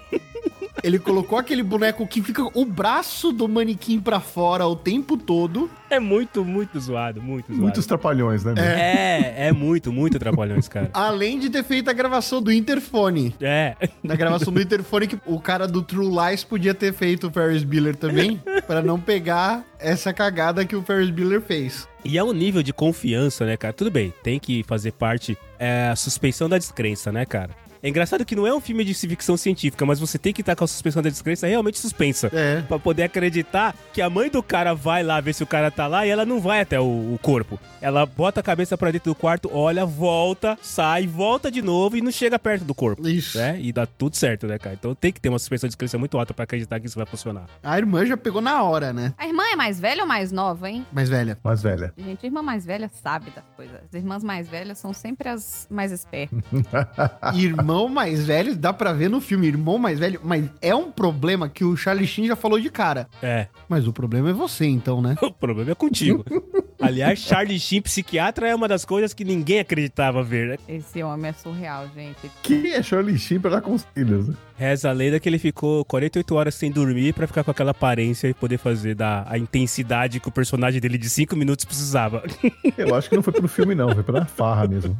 Speaker 4: Ele colocou aquele boneco que fica o braço do manequim pra fora o tempo todo.
Speaker 1: É muito, muito zoado, muito zoado.
Speaker 5: Muitos trapalhões, né? meu?
Speaker 1: É, é muito, muito trapalhões, cara.
Speaker 4: Além de ter feito a gravação do interfone.
Speaker 1: É.
Speaker 4: Na gravação do interfone que o cara do True Lies podia ter feito o Ferris Bueller também, pra não pegar essa cagada que o Ferris Bueller fez.
Speaker 1: E é um nível de confiança, né, cara? Tudo bem, tem que fazer parte é, a suspensão da descrença, né, cara? É engraçado que não é um filme de ficção científica, mas você tem que estar com a suspensão da descrença realmente suspensa.
Speaker 4: É.
Speaker 1: Pra poder acreditar que a mãe do cara vai lá ver se o cara tá lá e ela não vai até o, o corpo. Ela bota a cabeça pra dentro do quarto, olha, volta, sai, volta de novo e não chega perto do corpo.
Speaker 4: Isso.
Speaker 1: Né? E dá tudo certo, né, cara? Então tem que ter uma suspensão de crença muito alta pra acreditar que isso vai funcionar.
Speaker 4: A irmã já pegou na hora, né?
Speaker 3: A irmã é mais velha ou mais nova, hein?
Speaker 4: Mais velha.
Speaker 5: Mais velha.
Speaker 3: Gente, a irmã mais velha sabe das coisas. As irmãs mais velhas são sempre as mais espertas.
Speaker 4: Irmão mais velho, dá pra ver no filme, irmão mais velho, mas é um problema que o Charlie Sheen já falou de cara.
Speaker 1: É,
Speaker 4: Mas o problema é você, então, né?
Speaker 1: o problema é contigo. Aliás, Charlie Sheen, psiquiatra, é uma das coisas que ninguém acreditava ver, né?
Speaker 3: Esse homem é surreal, gente.
Speaker 5: Quem é Charlie Sheen pra dar conselhos? né?
Speaker 1: Reza a lenda que ele ficou 48 horas sem dormir pra ficar com aquela aparência e poder fazer da, a intensidade que o personagem dele de 5 minutos precisava.
Speaker 5: Eu acho que não foi pro filme, não. Foi pra farra mesmo.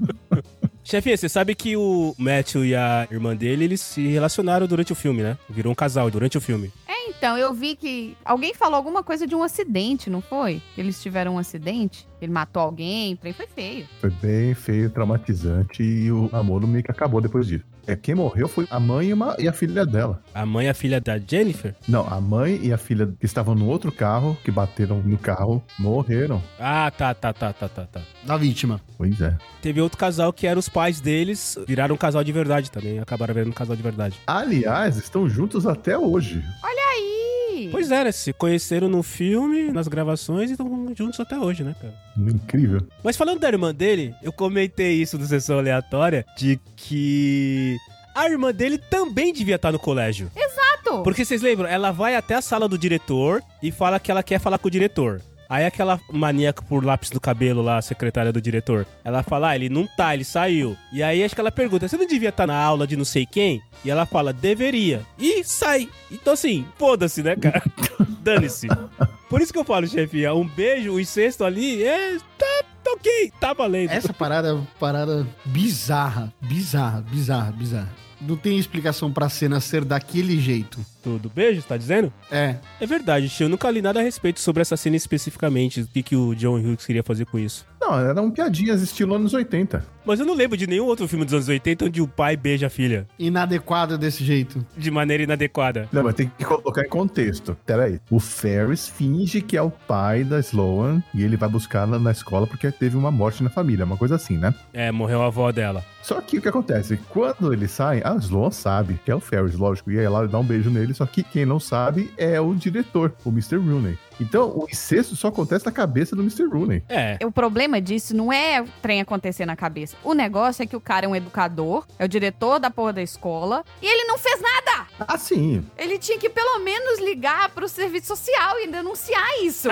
Speaker 1: Chefinha, você sabe que o Matthew e a irmã dele, eles se relacionaram durante o filme, né? Virou um casal durante o filme.
Speaker 3: É, então, eu vi que alguém falou alguma coisa de um acidente, não foi? Que Eles tiveram um acidente, ele matou alguém, trem foi feio.
Speaker 5: Foi bem feio, traumatizante e o namoro meio que acabou depois disso. É, quem morreu foi a mãe e, uma- e a filha dela.
Speaker 1: A mãe e a filha da Jennifer?
Speaker 5: Não, a mãe e a filha que estavam no outro carro, que bateram no carro, morreram.
Speaker 1: Ah, tá, tá, tá, tá, tá, tá.
Speaker 4: Da vítima.
Speaker 5: Pois é.
Speaker 1: Teve outro casal que eram os pais deles, viraram um casal de verdade também, acabaram virando um casal de verdade.
Speaker 5: Aliás, estão juntos até hoje.
Speaker 3: Ih,
Speaker 1: Pois é, né? Se conheceram no filme, nas gravações e estão juntos até hoje, né, cara?
Speaker 5: Incrível.
Speaker 1: Mas falando da irmã dele, eu comentei isso no Sessão Aleatória, de que a irmã dele também devia estar no colégio.
Speaker 3: Exato!
Speaker 1: Porque vocês lembram, ela vai até a sala do diretor e fala que ela quer falar com o diretor. Aí aquela maníaca por lápis do cabelo lá, a secretária do diretor, ela fala, ah, ele não tá, ele saiu. E aí acho que ela pergunta, você não devia estar na aula de não sei quem? E ela fala, deveria. E sai. Então assim, foda-se, né, cara? Dane-se. Por isso que eu falo, chefinha, um beijo, o incesto ali, é... Tá, tá ok, tá valendo.
Speaker 4: Essa parada é uma parada bizarra, bizarra, bizarra, bizarra. Não tem explicação pra cena ser daquele jeito.
Speaker 1: Tudo, beijo, tá dizendo?
Speaker 4: É,
Speaker 1: É verdade, tio, eu nunca li nada a respeito sobre essa cena especificamente, o que, que o John Hughes queria fazer com isso.
Speaker 5: Não, eram piadinhas estilo anos 80.
Speaker 1: Mas eu não lembro de nenhum outro filme dos anos 80 onde o pai beija a filha
Speaker 4: inadequada desse jeito.
Speaker 1: de maneira inadequada.
Speaker 5: Não, mas tem que colocar em contexto. Peraí. O Ferris finge que é o pai da Sloan e ele vai buscar ela na escola porque teve uma morte na família, uma coisa assim, né?
Speaker 1: É, morreu a avó dela.
Speaker 5: Só que o que acontece? Quando ele sai, a Sloan sabe que é o Ferris, lógico, e aí ela dá um beijo nele, só que quem não sabe é o diretor, o Mr. Rooney. Então, o incesto só acontece na cabeça do Mr. Rooney.
Speaker 1: É.
Speaker 3: O problema disso não é o trem acontecer na cabeça. O negócio é que o cara é um educador, é o diretor da porra da escola, e ele não fez nada!
Speaker 5: Ah, sim.
Speaker 3: Ele tinha que pelo menos ligar pro serviço social e denunciar isso.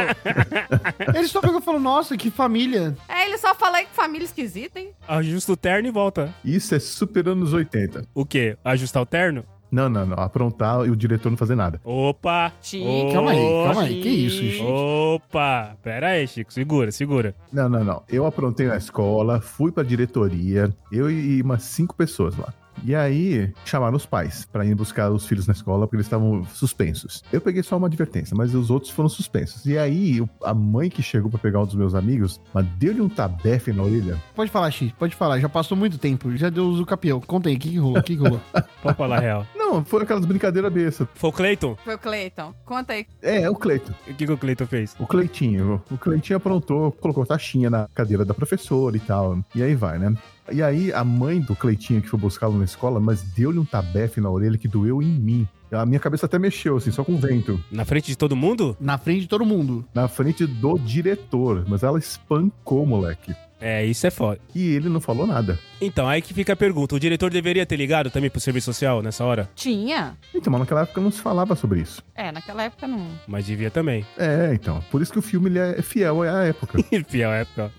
Speaker 4: Ele só pegou e falou, nossa, que família.
Speaker 3: é, ele só fala aí que família esquisita, hein?
Speaker 1: Ajusta o terno e volta.
Speaker 5: Isso é super anos 80.
Speaker 1: O quê? Ajustar o terno?
Speaker 5: Não, não, não. Aprontar e o diretor não fazer nada.
Speaker 1: Opa!
Speaker 3: Chique.
Speaker 1: Ô,
Speaker 4: Calma aí, calma aí, que isso, gente?
Speaker 1: Opa! Pera aí, Chico, segura, segura.
Speaker 5: Não, não, não. Eu aprontei na escola, fui pra diretoria, eu e umas cinco pessoas lá. E aí, chamaram os pais pra ir buscar os filhos na escola, porque eles estavam suspensos. Eu peguei só uma advertência, mas os outros foram suspensos. E aí, o- a mãe que chegou pra pegar um dos meus amigos, mas deu-lhe um tabefe na orelha.
Speaker 4: Pode falar, X, pode falar. Já passou muito tempo, já deu o campeão. Conta aí, o que, que rolou? O que, que rolou?
Speaker 1: Pode falar a real.
Speaker 5: Não, foram aquelas brincadeiras besta.
Speaker 1: Foi o Cleiton?
Speaker 3: Foi o Cleiton. Conta aí.
Speaker 5: É, o Cleito.
Speaker 1: O que, que o Cleiton fez?
Speaker 5: O Cleitinho. O Cleitinho aprontou, colocou taxinha na cadeira da professora e tal. E aí vai, né? E aí, a mãe do Cleitinho que foi buscá-lo na escola, mas deu-lhe um tabefe na orelha que doeu em mim. A minha cabeça até mexeu, assim, só com o vento.
Speaker 1: Na frente de todo mundo?
Speaker 4: Na frente de todo mundo.
Speaker 5: Na frente do diretor. Mas ela espancou, moleque.
Speaker 1: É, isso é foda.
Speaker 5: E ele não falou nada.
Speaker 1: Então, aí que fica a pergunta: o diretor deveria ter ligado também pro serviço social nessa hora?
Speaker 3: Tinha?
Speaker 5: Então, mas naquela época não se falava sobre isso.
Speaker 3: É, naquela época não.
Speaker 1: Mas devia também.
Speaker 5: É, então. Por isso que o filme ele é fiel à época.
Speaker 1: Pior época.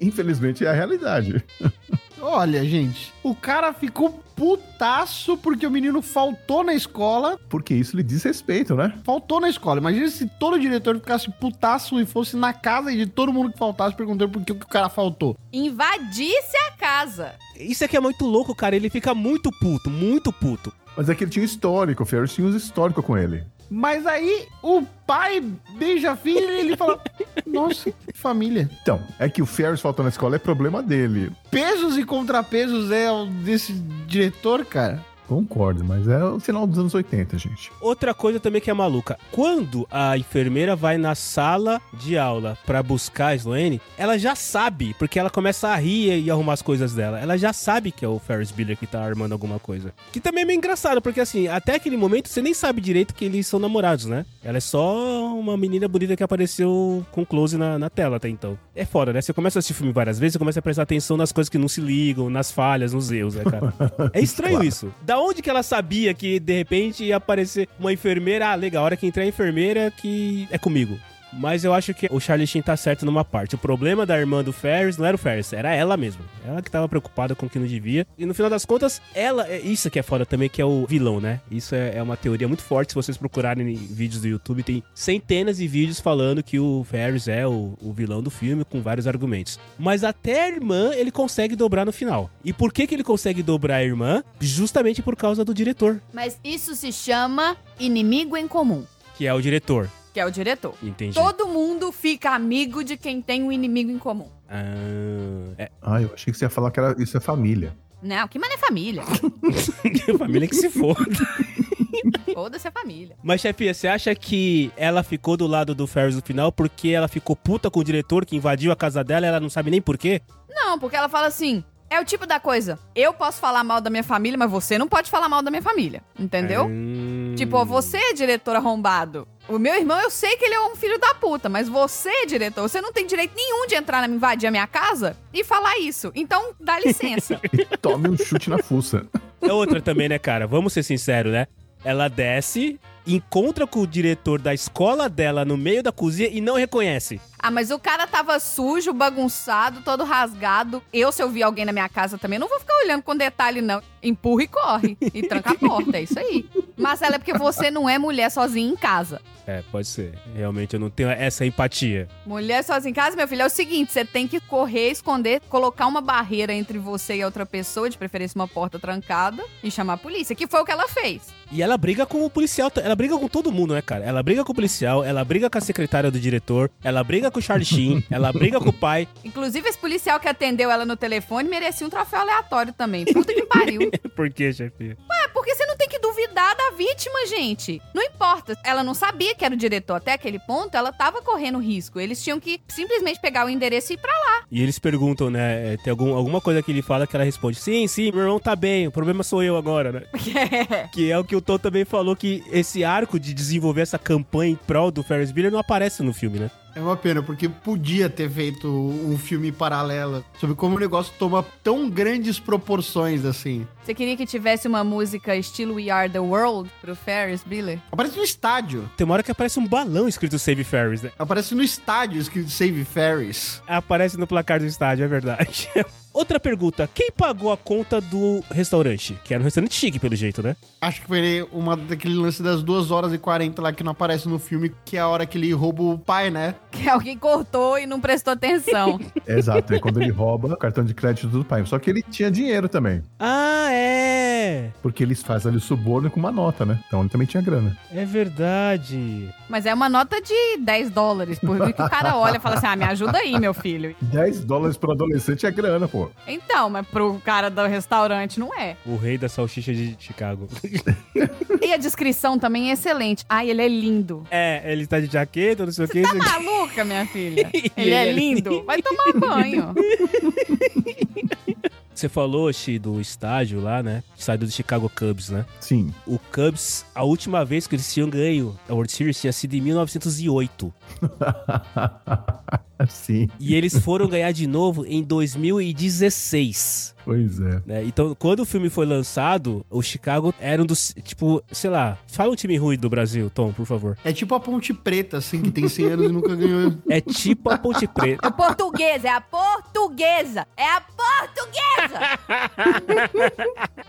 Speaker 5: Infelizmente, é a realidade.
Speaker 4: Olha, gente, o cara ficou putaço porque o menino faltou na escola
Speaker 5: Porque isso lhe diz respeito, né?
Speaker 4: faltou na escola. Imagina se todo diretor ficasse putaço e fosse na casa de todo mundo que faltasse perguntando por que que o cara faltou.
Speaker 3: Invadisse a casa.
Speaker 1: Isso aqui é muito louco, cara. Ele fica muito puto, muito puto.
Speaker 5: Mas é que ele tinha um histórico, o Ferris tinha um histórico com ele.
Speaker 4: Mas aí o pai beija a filha e ele fala: Nossa, que família.
Speaker 5: Então, é que o Ferris faltando na escola é problema dele.
Speaker 4: Pesos e contrapesos é o desse diretor, cara.
Speaker 5: Concordo, mas é o sinal dos anos 80, gente.
Speaker 1: Outra coisa também que é maluca. Quando a enfermeira vai na sala de aula pra buscar a Sloane, ela já sabe, porque ela começa a rir e arrumar as coisas dela. Ela já sabe que é o Ferris Bueller que tá armando alguma coisa. Que também é meio engraçado, porque assim, até aquele momento você nem sabe direito que eles são namorados, né? Ela é só uma menina bonita que apareceu com close na, na tela até então. É foda, né? Você começa a assistir filme várias vezes, você começa a prestar atenção nas coisas que não se ligam, nas falhas, nos erros, né, cara? É estranho isso. Da onde que ela sabia que de repente ia aparecer uma enfermeira? Ah, legal, a hora que entrar a enfermeira que é comigo. Mas eu acho que o Charlie Sheen tá certo numa parte. O problema da irmã do Ferris não era o Ferris, era ela mesma. Ela que tava preocupada com o que não devia. E no final das contas, ela. é Isso que é foda também, que é o vilão, né? Isso é, é uma teoria muito forte. Se vocês procurarem em vídeos do YouTube, tem centenas de vídeos falando que o Ferris é o, o vilão do filme, com vários argumentos. Mas até a irmã ele consegue dobrar no final. E por que, que ele consegue dobrar a irmã? Justamente por causa do diretor,
Speaker 3: Mas isso se chama inimigo em comum,
Speaker 1: que é o diretor.
Speaker 3: que é o diretor.
Speaker 1: Entendi.
Speaker 3: Todo mundo fica amigo de quem tem um inimigo em comum.
Speaker 1: Ah, é.
Speaker 5: Ah, eu achei que você ia falar que era, isso é família.
Speaker 3: Não, que mano é família.
Speaker 1: Família que se for.
Speaker 3: Foda-se a família.
Speaker 1: Mas, chefia, você acha que ela ficou do lado do Ferris no final porque ela ficou puta com o diretor que invadiu a casa dela e ela não sabe nem por quê?
Speaker 3: Não, porque ela fala assim. É o tipo da coisa. Eu posso falar mal da minha família, mas você não pode falar mal da minha família. Entendeu?
Speaker 1: Hum,
Speaker 3: Tipo, ó, você é diretor arrombado. O meu irmão, eu sei que ele é um filho da puta, mas você, é diretor, você não tem direito nenhum de entrar na invadir a minha casa e falar isso. Então, dá licença.
Speaker 5: E tome um chute na fuça.
Speaker 1: É outra também, né, cara? Vamos ser sinceros, né? Ela desce, encontra com o diretor da escola dela no meio da cozinha e não reconhece.
Speaker 3: ah, mas o cara tava sujo, bagunçado, todo rasgado. Eu, se eu vi alguém na minha casa também, não vou ficar olhando com detalhe, não. Empurra e corre. E tranca a porta, é isso aí. Marcela, é porque você não é mulher sozinha em casa.
Speaker 1: É, pode ser. Realmente eu não tenho essa empatia.
Speaker 3: Mulher sozinha em casa, meu filho, é o seguinte: você tem que correr, esconder, colocar uma barreira entre você e a outra pessoa, de preferência uma porta trancada, e chamar a polícia, que foi o que ela fez.
Speaker 1: E ela briga com o policial, ela briga com todo mundo, né, cara? Ela briga com o policial, ela briga com a secretária do diretor, ela briga com o Charlie Sheen, ela briga com o pai,
Speaker 3: Inclusive, esse policial que atendeu ela no telefone merecia um troféu aleatório também. Puta que pariu.
Speaker 1: Por que, chefia?
Speaker 3: É, porque você não tem que duvidar da vítima, gente. Não importa. Ela não sabia que era o diretor. Até aquele ponto, ela tava correndo risco. Eles tinham que simplesmente pegar o endereço e ir pra lá.
Speaker 1: E eles perguntam, né? é, Tem algum, alguma coisa que ele fala que ela responde: Sim, sim, meu irmão tá bem, o problema sou eu agora, né? Que é o que o Tom também falou: que esse arco de desenvolver essa campanha em prol do Ferris Bueller não aparece no filme, né?
Speaker 4: É uma pena, porque podia ter feito um filme paralelo sobre como o negócio toma tão grandes proporções assim.
Speaker 3: Você queria que tivesse uma música estilo We Are The World pro Ferris Bueller?
Speaker 4: Aparece no estádio.
Speaker 1: Tem uma hora que aparece um balão escrito Save Ferris, né?
Speaker 4: Aparece no estádio escrito Save Ferris.
Speaker 1: Aparece no placar do estádio, é verdade. Outra pergunta: quem pagou a conta do restaurante? Que era um restaurante chique, pelo jeito, né?
Speaker 4: Acho que foi uma daquele lance das 2 horas e 40 lá que não aparece no filme, que é a hora que ele rouba o pai, né?
Speaker 3: Que alguém cortou e não prestou atenção.
Speaker 5: Exato, é quando ele rouba o cartão de crédito do pai. Só que ele tinha dinheiro também,
Speaker 1: Ah, é!
Speaker 5: porque eles fazem ali o suborno com uma nota, né? Então ele também tinha grana.
Speaker 1: É verdade.
Speaker 3: Mas é uma nota de 10 dólares. Por mim que o cara olha e fala assim: ah, me ajuda aí, meu filho.
Speaker 5: 10 dólares pro adolescente é grana, pô.
Speaker 3: Então, mas pro cara do restaurante não é.
Speaker 1: O rei da salsicha de Chicago.
Speaker 3: E a descrição também é excelente. Ai, ele é lindo.
Speaker 1: é, ele tá de jaqueta, não sei o que.
Speaker 3: Tá maluca, minha filha? Ele é lindo? Vai tomar banho.
Speaker 1: Você falou, Xi, do estádio lá, né? Estádio do Chicago Cubs, né?
Speaker 5: Sim.
Speaker 1: O Cubs, a última vez que eles tinham ganho a World Series tinha sido em 1908.
Speaker 5: Sim,
Speaker 1: E eles foram ganhar de novo em 2016.
Speaker 5: pois é.
Speaker 1: né? Então, quando o filme foi lançado, o Chicago era um dos. Tipo, sei lá. Fala um time ruim do Brasil, Tom, por favor.
Speaker 4: É tipo a Ponte Preta, assim, que tem 100 anos e nunca ganhou.
Speaker 1: É tipo a Ponte Preta.
Speaker 3: É portuguesa, é a portuguesa. É a portuguesa.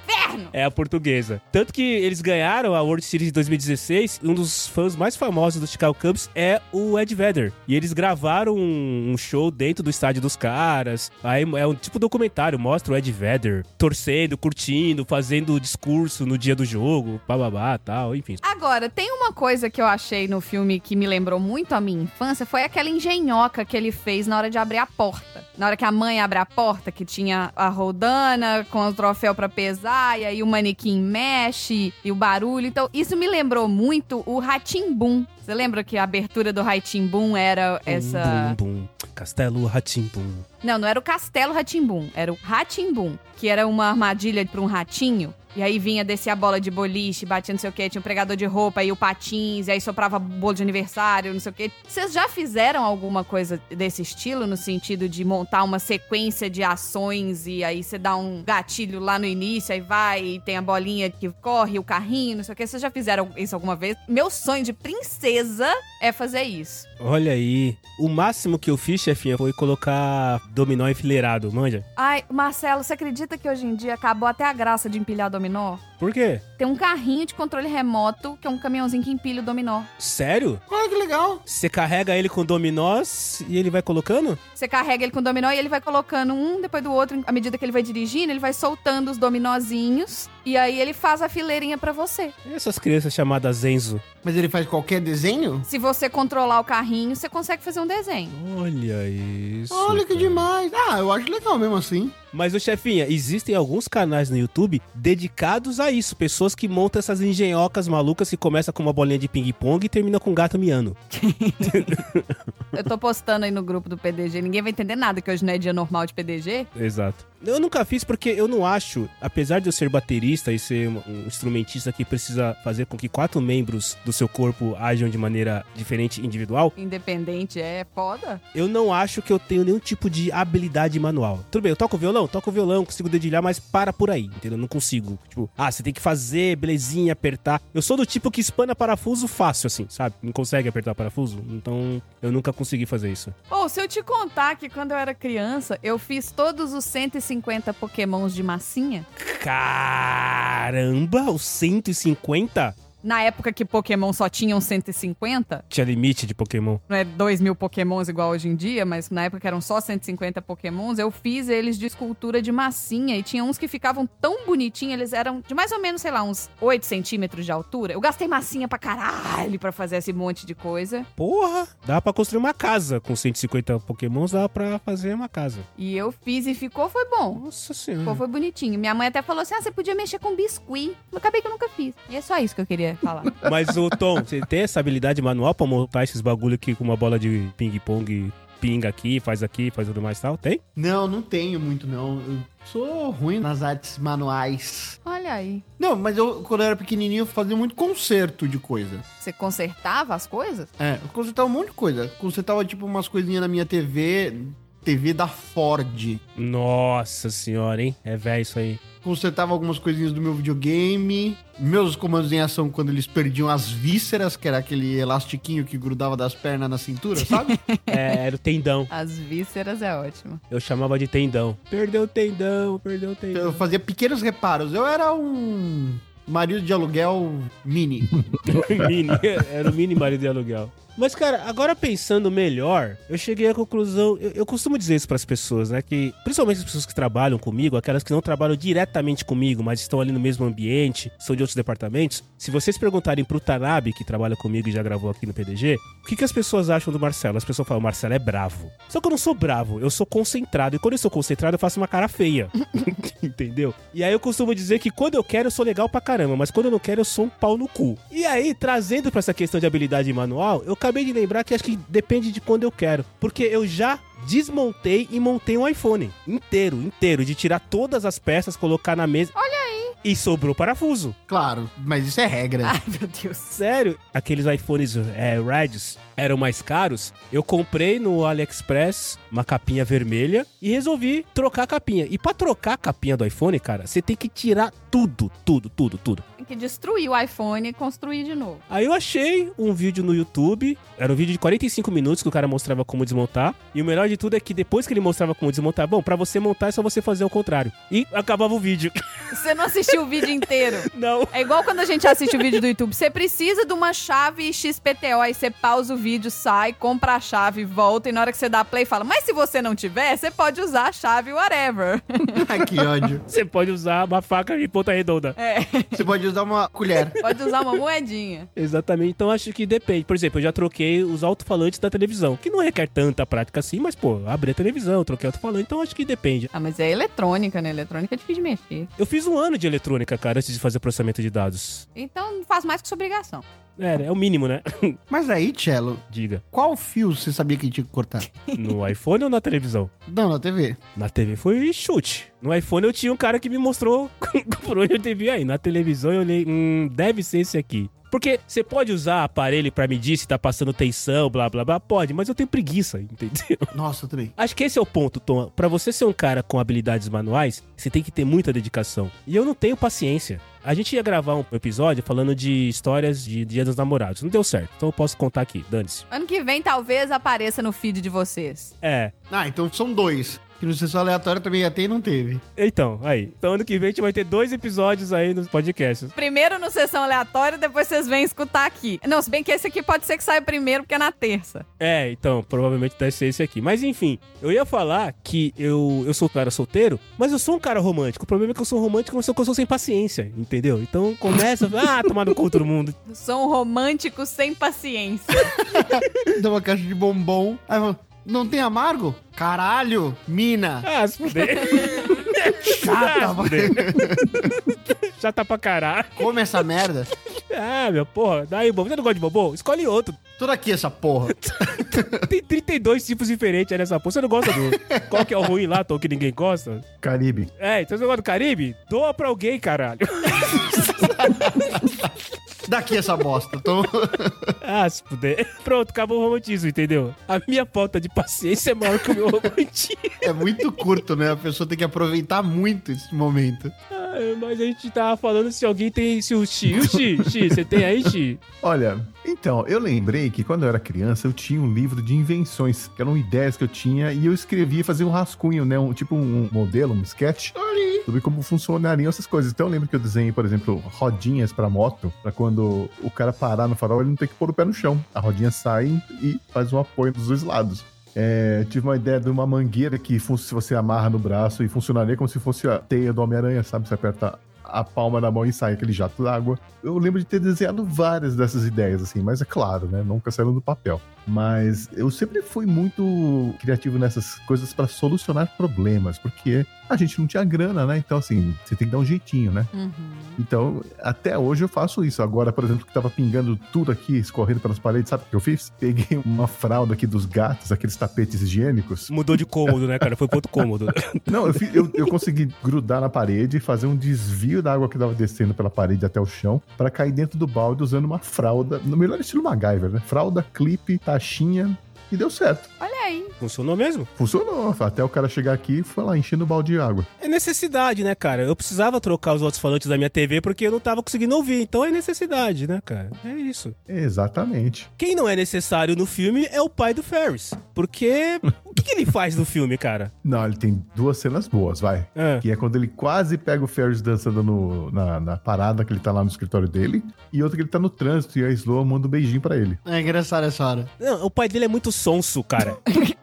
Speaker 3: Inferno.
Speaker 1: É a portuguesa. Tanto que eles ganharam a World Series de 2016. Um dos fãs mais famosos do Chicago Cubs é o Ed Vedder. E eles gravaram um um, um show dentro do estádio dos caras. Aí é um tipo documentário, mostra o Ed Vedder torcendo, curtindo, fazendo discurso no dia do jogo, bababá tal, enfim.
Speaker 3: Agora, tem uma coisa que eu achei no filme que me lembrou muito a minha infância, foi aquela engenhoca que ele fez na hora de abrir a porta. Na hora que a mãe abre a porta, que tinha a roldana com o troféu pra pesar, e aí o manequim mexe, e o barulho. Então, isso me lembrou muito o Ratimbum. Você lembra que a abertura do Ratimbum era essa.
Speaker 1: Bum, bum, Castelo Ratimbum.
Speaker 3: Não, não era o Castelo Ratimbum, era o Ratimbum, que era uma armadilha pra um ratinho. E aí vinha descer a bola de boliche, batia não sei o quê, tinha um pregador de roupa e o patins, e aí soprava bolo de aniversário, não sei o quê. Vocês já fizeram alguma coisa desse estilo, no sentido de montar uma sequência de ações e aí você dá um gatilho lá no início, aí vai, e tem a bolinha que corre, o carrinho, não sei o quê. Vocês já fizeram isso alguma vez? Meu sonho de princesa é fazer isso.
Speaker 1: Olha aí. O máximo que eu fiz, chefinha, foi colocar dominó enfileirado, manja?
Speaker 3: Ai, Marcelo, você acredita que hoje em dia acabou até a graça de empilhar dominó?
Speaker 1: Por quê?
Speaker 3: Tem um carrinho de controle remoto, que é um caminhãozinho que empilha o dominó.
Speaker 1: Sério?
Speaker 4: Olha que legal.
Speaker 1: Você carrega ele com dominós e ele vai colocando?
Speaker 3: Você carrega ele com dominó e ele vai colocando um depois do outro. À medida que ele vai dirigindo, ele vai soltando os dominozinhos. E aí ele faz a fileirinha pra você.
Speaker 1: E essas crianças chamadas Enzo?
Speaker 4: Mas ele faz qualquer desenho?
Speaker 3: Se você controlar o carrinho, você consegue fazer um desenho.
Speaker 1: Olha isso.
Speaker 4: Olha que
Speaker 1: cara.
Speaker 4: demais. Ah, eu acho legal mesmo assim.
Speaker 1: Mas, ô chefinha, existem alguns canais no YouTube dedicados a isso. Pessoas que montam essas engenhocas malucas que começa com uma bolinha de ping-pong e termina com um gato miando.
Speaker 3: Eu tô postando aí no grupo do PDG. Ninguém vai entender nada que hoje não é dia normal de PDG.
Speaker 1: Exato. Eu nunca fiz porque eu não acho, apesar de eu ser baterista e ser um- um instrumentista que precisa fazer com que quatro membros do seu corpo ajam de maneira diferente individual,
Speaker 3: Independente é foda.
Speaker 1: eu não acho que eu tenho nenhum tipo de habilidade manual. Tudo bem, eu toco violão, toco violão, consigo dedilhar, mas para por aí, entendeu? Eu Não consigo. Tipo, ah, você tem que fazer, belezinha, apertar. Eu sou do tipo que espana parafuso fácil, assim, sabe? Não consegue apertar parafuso, então eu nunca consegui fazer isso.
Speaker 3: Ou se eu te contar que quando eu era criança, eu fiz todos os 150 pokémons de massinha.
Speaker 1: Caramba, os 150?
Speaker 3: Na época que Pokémon só tinham 150,
Speaker 1: Tinha limite de Pokémon.
Speaker 3: não é 2 mil Pokémons igual hoje em dia, mas na época que eram só 150 Pokémons, eu fiz eles de escultura de massinha e tinha uns que ficavam tão bonitinhos, eles eram de mais ou menos, sei lá, uns 8 centímetros de altura. Eu gastei massinha pra caralho pra fazer esse monte de coisa.
Speaker 1: Porra! Dá pra construir uma casa. Com 150 pokémons, dá pra fazer uma casa.
Speaker 3: E eu fiz e ficou, foi bom.
Speaker 1: Nossa
Speaker 3: Ficou,
Speaker 1: senhora.
Speaker 3: foi bonitinho. Minha mãe até falou assim: ah, você podia mexer com biscuit. Eu acabei que eu nunca fiz. E é só isso que eu queria falar.
Speaker 1: Mas, ô Tom, você tem essa habilidade manual pra montar esses bagulho aqui com uma bola de ping-pong, pinga aqui, faz aqui, faz tudo mais e tal? Tem?
Speaker 4: Não, não tenho muito, não. Eu sou ruim nas artes manuais.
Speaker 3: Olha aí.
Speaker 4: Não, mas eu, quando eu era pequenininho, eu fazia muito concerto de coisa.
Speaker 3: Você consertava as coisas?
Speaker 4: É, eu consertava um monte de coisa. Consertava, tipo, umas coisinhas na minha TV, TV da Ford.
Speaker 1: Nossa senhora, hein? É velho isso aí.
Speaker 4: Consertava algumas coisinhas do meu videogame. Meus comandos em ação, quando eles perdiam as vísceras, que era aquele elastiquinho que grudava das pernas na cintura, sabe?
Speaker 1: É, era o tendão.
Speaker 3: As vísceras é ótimo.
Speaker 1: Eu chamava de tendão. Perdeu o tendão, perdeu o
Speaker 4: eu
Speaker 1: tendão.
Speaker 4: fazia pequenos reparos. Eu era um marido de aluguel mini.
Speaker 1: Mini, era o mini marido de aluguel. Mas, cara, agora pensando melhor, eu cheguei à conclusão. Eu, eu costumo dizer isso pras pessoas, né? Que, principalmente as pessoas que trabalham comigo, aquelas que não trabalham diretamente comigo, mas estão ali no mesmo ambiente, são de outros departamentos. Se vocês perguntarem pro Tanabe, que trabalha comigo e já gravou aqui no PDG, o que, que as pessoas acham do Marcelo? As pessoas falam, Marcelo é bravo. Só que eu não sou bravo, eu sou concentrado. E quando eu sou concentrado, eu faço uma cara feia. Entendeu? E aí eu costumo dizer que quando eu quero, eu sou legal pra caramba, mas quando eu não quero, eu sou um pau no cu. E aí, trazendo pra essa questão de habilidade manual, eu acabei de lembrar que acho que depende de quando eu quero. Porque eu já desmontei e montei um iPhone inteiro, inteiro, de tirar todas as peças, colocar na mesa. Olha aí! E sobrou parafuso.
Speaker 4: Claro, mas isso é regra.
Speaker 3: Ai, meu Deus.
Speaker 1: Sério, aqueles iPhones é, Reds eram mais caros. Eu comprei no AliExpress uma capinha vermelha e resolvi trocar a capinha. E pra trocar a capinha do iPhone, cara, você tem que tirar tudo, tudo, tudo, tudo.
Speaker 3: Tem que destruir o iPhone e construir de novo.
Speaker 1: Aí eu achei um vídeo no YouTube, era um vídeo de 45 minutos que o cara mostrava como desmontar. E o melhor de tudo é que depois que ele mostrava como desmontar, bom, pra você montar é só você fazer o contrário. E acabava o vídeo.
Speaker 3: Você não assistir o vídeo inteiro.
Speaker 1: Não.
Speaker 3: É igual quando a gente assiste o vídeo do YouTube. Você precisa de uma chave XPTO, aí você pausa o vídeo, sai, compra a chave, volta, e na hora que você dá play, fala, mas se você não tiver, você pode usar a chave whatever.
Speaker 4: Ai, que ódio.
Speaker 1: Você pode usar uma faca de ponta redonda.
Speaker 3: É,
Speaker 4: Você pode usar uma colher.
Speaker 3: pode usar uma moedinha.
Speaker 1: Exatamente. Então acho que depende. Por exemplo, eu já troquei os alto-falantes da televisão, que não requer tanta prática assim, mas pô, abri a televisão, troquei o alto-falante, então acho que depende.
Speaker 3: Ah, mas é eletrônica, né? Eletrônica é difícil de mexer.
Speaker 1: Eu fiz um ano de eletrônica, cara, antes de fazer processamento de dados.
Speaker 3: Então não faz mais que sua obrigação.
Speaker 1: É, é o mínimo, né?
Speaker 4: Mas aí, Cello,
Speaker 1: Diga.
Speaker 4: qual fio você sabia que tinha que cortar?
Speaker 1: No iPhone ou na televisão?
Speaker 4: Não, na TV.
Speaker 1: Na TV foi chute. No iPhone eu tinha um cara que me mostrou por onde eu devia ir. Na televisão eu olhei, hum, deve ser esse aqui. Porque você pode usar aparelho pra medir se tá passando tensão, blá blá blá, pode, mas eu tenho preguiça, entendeu?
Speaker 4: Nossa, eu também.
Speaker 1: Acho que esse é o ponto, Tom. Pra você ser um cara com habilidades manuais, você tem que ter muita dedicação. E eu não tenho paciência. A gente ia gravar um episódio falando de histórias de Dia dos Namorados. Não deu certo. Então eu posso contar aqui. Dane-se.
Speaker 3: Ano que vem talvez apareça no feed de vocês.
Speaker 1: É.
Speaker 4: Ah, então são dois. Que no sessão aleatório também ia ter e não teve.
Speaker 1: Então, aí. Então ano que vem a gente vai ter dois episódios aí nos podcasts.
Speaker 3: Primeiro no sessão aleatória, depois vocês vêm escutar aqui. Não, se bem que esse aqui pode ser que saia primeiro, porque é na terça.
Speaker 1: É, então, provavelmente deve ser esse aqui. Mas enfim, eu ia falar que eu, eu sou um cara solteiro, mas eu sou um cara romântico. O problema é que eu sou romântico, mas só que eu sou sem paciência, entendeu? Então começa, ah, tomar no cu todo mundo.
Speaker 3: Eu Sou um romântico sem paciência.
Speaker 4: Dá uma caixa de bombom. Aí fala, não tem amargo? Caralho, mina.
Speaker 1: Ah, se fuder. Ah,
Speaker 4: Chata, vai.
Speaker 1: Já tá pra caralho.
Speaker 4: Come essa merda.
Speaker 1: Ah, meu, porra, daí, bobo. Você não gosta de bobo? Escolhe outro.
Speaker 4: Toda aqui essa porra.
Speaker 1: Tem 32 tipos diferentes aí nessa porra. Você não gosta do. Qual que é o ruim lá, Tom, que ninguém gosta?
Speaker 5: Caribe.
Speaker 1: É, então você não gosta do Caribe? Doa pra alguém, caralho.
Speaker 4: Daqui essa bosta. Então, Tô...
Speaker 1: Ah, se puder. Pronto, acabou o romantismo, entendeu? A minha falta de paciência é maior que o meu romantismo.
Speaker 4: É muito curto, né? A pessoa tem que aproveitar muito esse momento.
Speaker 1: Ah, Mas a gente tava falando se alguém tem. Se o Xi. O Xi, Xi, você tem aí, Xi?
Speaker 5: Olha, então, eu lembrei que quando eu era criança, eu tinha um livro de invenções, que eram ideias que eu tinha, e eu escrevia, fazia um rascunho, né? Um, tipo um modelo, um sketch, sobre como funcionariam essas coisas. Então eu lembro que eu desenhei, por exemplo, rodinhas pra moto, pra quando o cara parar no farol, ele não tem que pôr o pé no chão. A rodinha sai e faz um apoio dos dois lados. É, tive uma ideia de uma mangueira que fun- se você amarra no braço e funcionaria como se fosse a teia do Homem-Aranha, sabe? Você aperta a palma na mão e sai aquele jato d'água. Eu lembro de ter desenhado várias dessas ideias, assim, mas é claro, né? Nunca saíram do papel. Mas eu sempre fui muito criativo nessas coisas pra solucionar problemas, porque a gente não tinha grana, né? Então, assim, você tem que dar um jeitinho, né? Então, até hoje eu faço isso. Agora, por exemplo, que tava pingando tudo aqui, escorrendo pelas paredes, sabe o que eu fiz? Peguei uma fralda aqui dos gatos, aqueles tapetes higiênicos.
Speaker 1: Mudou de cômodo, né, cara? Foi pro outro cômodo.
Speaker 5: Não, eu, fi- eu- eu consegui grudar na parede e fazer um desvio da água que tava descendo pela parede até o chão pra cair dentro do balde usando uma fralda, no melhor estilo MacGyver, né? Fralda, clipe, taxinha. E deu certo.
Speaker 3: Olha aí.
Speaker 1: Funcionou mesmo?
Speaker 5: Funcionou. Até o cara chegar aqui e foi lá enchendo o balde de água.
Speaker 1: É necessidade, né, cara? Eu precisava trocar os outros falantes da minha TV porque eu não tava conseguindo ouvir. Então é necessidade, né, cara? É isso.
Speaker 5: Exatamente.
Speaker 1: Quem não é necessário no filme é o pai do Ferris. Porque. O que, que ele faz no filme, cara?
Speaker 5: Não, ele tem duas cenas boas, vai.
Speaker 1: Ah,
Speaker 5: Que é quando ele quase pega o Ferris dançando no- na, na parada que ele tá lá no escritório dele. E outra que ele tá no trânsito e a Slow manda um beijinho pra ele.
Speaker 4: É engraçado essa hora.
Speaker 1: Não, o pai dele é muito sonso, cara.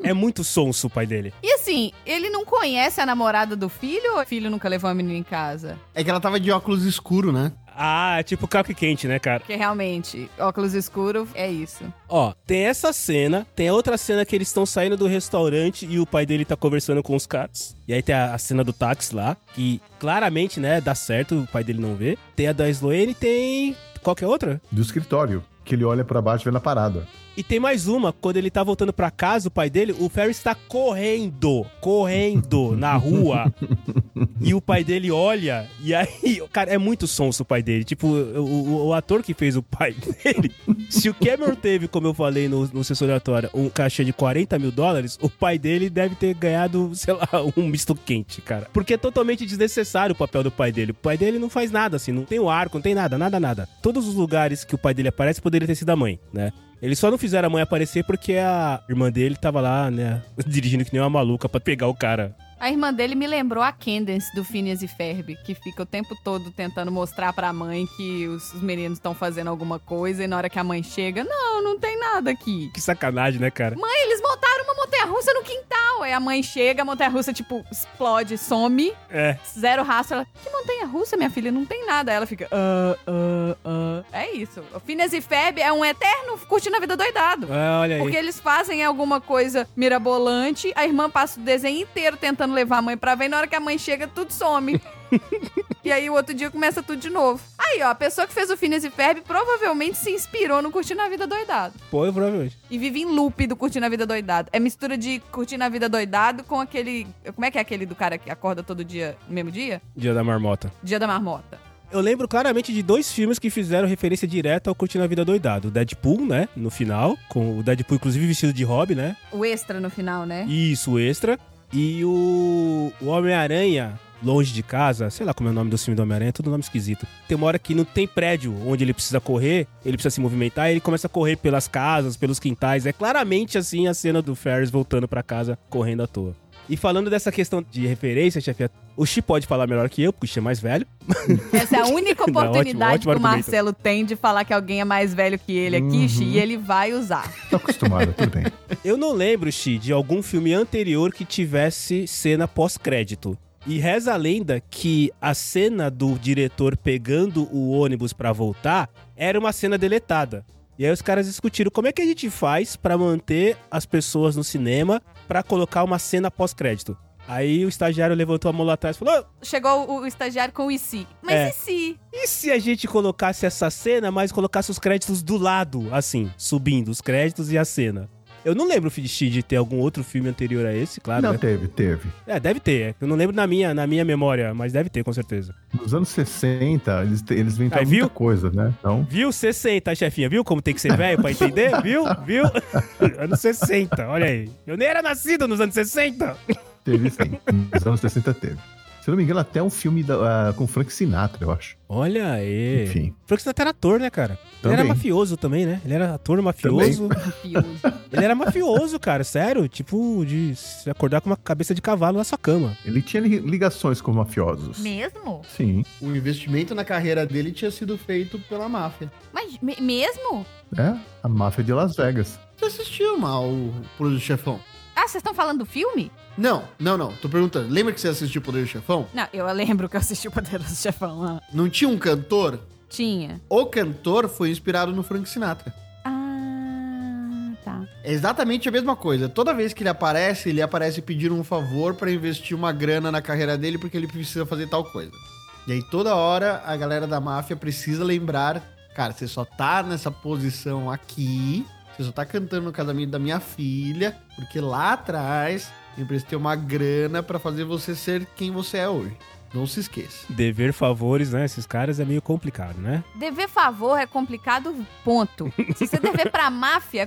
Speaker 1: é muito sonso o pai dele.
Speaker 3: E assim, ele não conhece a namorada do filho ou o filho nunca levou a menina em casa?
Speaker 4: É que ela tava de óculos escuro, né?
Speaker 1: Ah, é tipo cupcake quente, né, cara?
Speaker 3: Porque realmente, óculos escuro é isso.
Speaker 1: Ó, tem essa cena, tem a outra cena que eles estão saindo do restaurante e o pai dele tá conversando com os caras. E aí tem a, a cena do táxi lá, que claramente, né, dá certo, o pai dele não vê. Tem a da Sloane e tem. qualquer outra?
Speaker 5: Do escritório. Que ele olha pra baixo e vê na parada.
Speaker 1: E tem mais uma, quando ele tá voltando pra casa, o pai dele, o Ferris tá correndo, correndo na rua. e o pai dele olha, e aí, cara, é muito sonso o pai dele. Tipo, o, o- o ator que fez o pai dele, se o Cameron teve, como eu falei no, no sessão aleatória, um cachê de 40 mil dólares, o pai dele deve ter ganhado, sei lá, um misto quente, cara. Porque é totalmente desnecessário o papel do pai dele. O pai dele não faz nada, assim, não tem o arco, não tem nada, nada, nada. Todos os lugares que o pai dele aparece poderia ter sido a mãe, né? Eles só não fizeram a mãe aparecer porque a irmã dele tava lá, né, dirigindo que nem uma maluca pra pegar o cara.
Speaker 3: Ah, A irmã dele me lembrou a Candace do Phineas e Ferb, que fica o tempo todo tentando mostrar pra mãe que os, os meninos estão fazendo alguma coisa e na hora que a mãe chega, não, não tem nada aqui.
Speaker 1: Que sacanagem, né, cara?
Speaker 3: Mãe, eles montaram uma montanha-russa no quintal. Aí a mãe chega, a montanha-russa, tipo, explode, some,
Speaker 1: É.
Speaker 3: zero rastro. Ela, que montanha-russa, minha filha? Não tem nada. Aí ela fica, ah, ah, ah. É isso. O Phineas e Ferb é um eterno curtindo a vida doidado.
Speaker 1: Ah, olha aí.
Speaker 3: Porque eles fazem alguma coisa mirabolante, a irmã passa o desenho inteiro tentando levar a mãe pra ver, e na hora que a mãe chega, tudo some. e aí o outro dia começa tudo de novo. Aí, ó, a pessoa que fez o Phineas e Ferb provavelmente se inspirou no Curtindo a Vida Doidado.
Speaker 1: Pô, eu provavelmente.
Speaker 3: E vive em loop do Curtindo a Vida Doidado. É mistura de Curtindo a Vida Doidado com aquele... Como é que é aquele do cara que acorda todo dia, no mesmo dia?
Speaker 1: Dia da Marmota.
Speaker 3: Dia da Marmota.
Speaker 1: Eu lembro claramente de dois filmes que fizeram referência direta ao Curtindo a Vida Doidado. O Deadpool, né? No final, com o Deadpool, inclusive, vestido de Hobby, né?
Speaker 3: O extra no final, né?
Speaker 1: Isso, o extra. E o, o Homem-Aranha, longe de casa, sei lá como é o nome do filme do Homem-Aranha, é tudo nome esquisito. Tem uma hora que não tem prédio onde ele precisa correr, ele precisa se movimentar, e ele começa a correr pelas casas, pelos quintais. É claramente assim a cena do Ferris voltando pra casa, correndo à toa. E falando dessa questão de referência, chefe, o Chi pode falar melhor que eu, porque o Chi é mais velho.
Speaker 3: Essa é a única
Speaker 1: Não, ótimo,
Speaker 3: oportunidade
Speaker 1: ótimo
Speaker 3: que o
Speaker 1: argumento. Uhum.
Speaker 3: Marcelo tem de falar que alguém é mais velho que ele aqui, Xi, e ele vai usar.
Speaker 5: Tô Tá acostumado, tudo bem.
Speaker 1: Eu não lembro, Xi, de algum filme anterior que tivesse cena pós-crédito. E reza a lenda que a cena do diretor pegando o ônibus pra voltar era uma cena deletada. E aí os caras discutiram como é que a gente faz pra manter as pessoas no cinema pra colocar uma cena pós-crédito. Aí o estagiário levantou a mão lá atrás e falou: "Ah,
Speaker 3: Chegou o, o estagiário com o e se? Mas
Speaker 1: É.
Speaker 3: e se?
Speaker 1: e se a gente colocasse essa cena, mas colocasse os créditos do lado, assim, subindo os créditos e a cena? Eu não lembro, Xi, de ter algum outro filme anterior a esse, claro. né?
Speaker 5: Não, teve, teve.
Speaker 1: É, deve ter. Eu não lembro na minha, na minha memória, mas deve ter, com certeza.
Speaker 5: Nos anos 60, eles, te- eles inventaram
Speaker 1: Aí, viu?
Speaker 5: muita coisa, né? Então,
Speaker 1: Viu? 60, chefinha. Viu como tem que ser velho pra entender? Viu? Viu? anos 60, olha aí. Eu nem era nascido nos anos 60.
Speaker 5: teve sim. Nos anos 60 teve. Se eu não me engano, até um filme da- ah, com Frank Sinatra, eu acho.
Speaker 1: Olha aí.
Speaker 5: Enfim.
Speaker 1: Frank Sinatra era ator, né, cara? Ele era
Speaker 5: Também.
Speaker 1: mafioso também, né? Ele era ator mafioso.
Speaker 3: Mafioso.
Speaker 1: Ele era mafioso, cara, sério. Tipo, de se acordar com uma cabeça de cavalo na sua cama.
Speaker 5: Ele tinha li- ligações com mafiosos.
Speaker 3: Mesmo?
Speaker 5: Sim,
Speaker 4: O investimento na carreira dele tinha sido feito pela máfia.
Speaker 3: Mas me- mesmo?
Speaker 5: né? A máfia de Las Vegas.
Speaker 4: Você assistiu mal o Poder do Chefão?
Speaker 3: Ah, vocês estão falando do filme?
Speaker 4: Não, não, não. Tô perguntando. Lembra que você assistiu o Poder do Chefão?
Speaker 2: Não, eu lembro que eu assisti o Poderoso Chefão. ah.
Speaker 4: Não tinha um cantor?
Speaker 3: Tinha.
Speaker 4: O cantor foi inspirado no Frank Sinatra.
Speaker 3: Ah, tá.
Speaker 4: É exatamente a mesma coisa. Toda vez que ele aparece, ele aparece pedindo um favor pra investir uma grana na carreira dele porque ele precisa fazer tal coisa. E aí toda hora a galera da máfia precisa lembrar, cara, você só tá nessa posição aqui, você só tá cantando no casamento da minha filha, porque lá atrás eu emprestei uma grana pra fazer você ser quem você é hoje. Não se esqueça.
Speaker 1: Dever favores, né? Esses caras é meio complicado, né?
Speaker 3: Dever favor é complicado, ponto. Se você dever pra máfia, é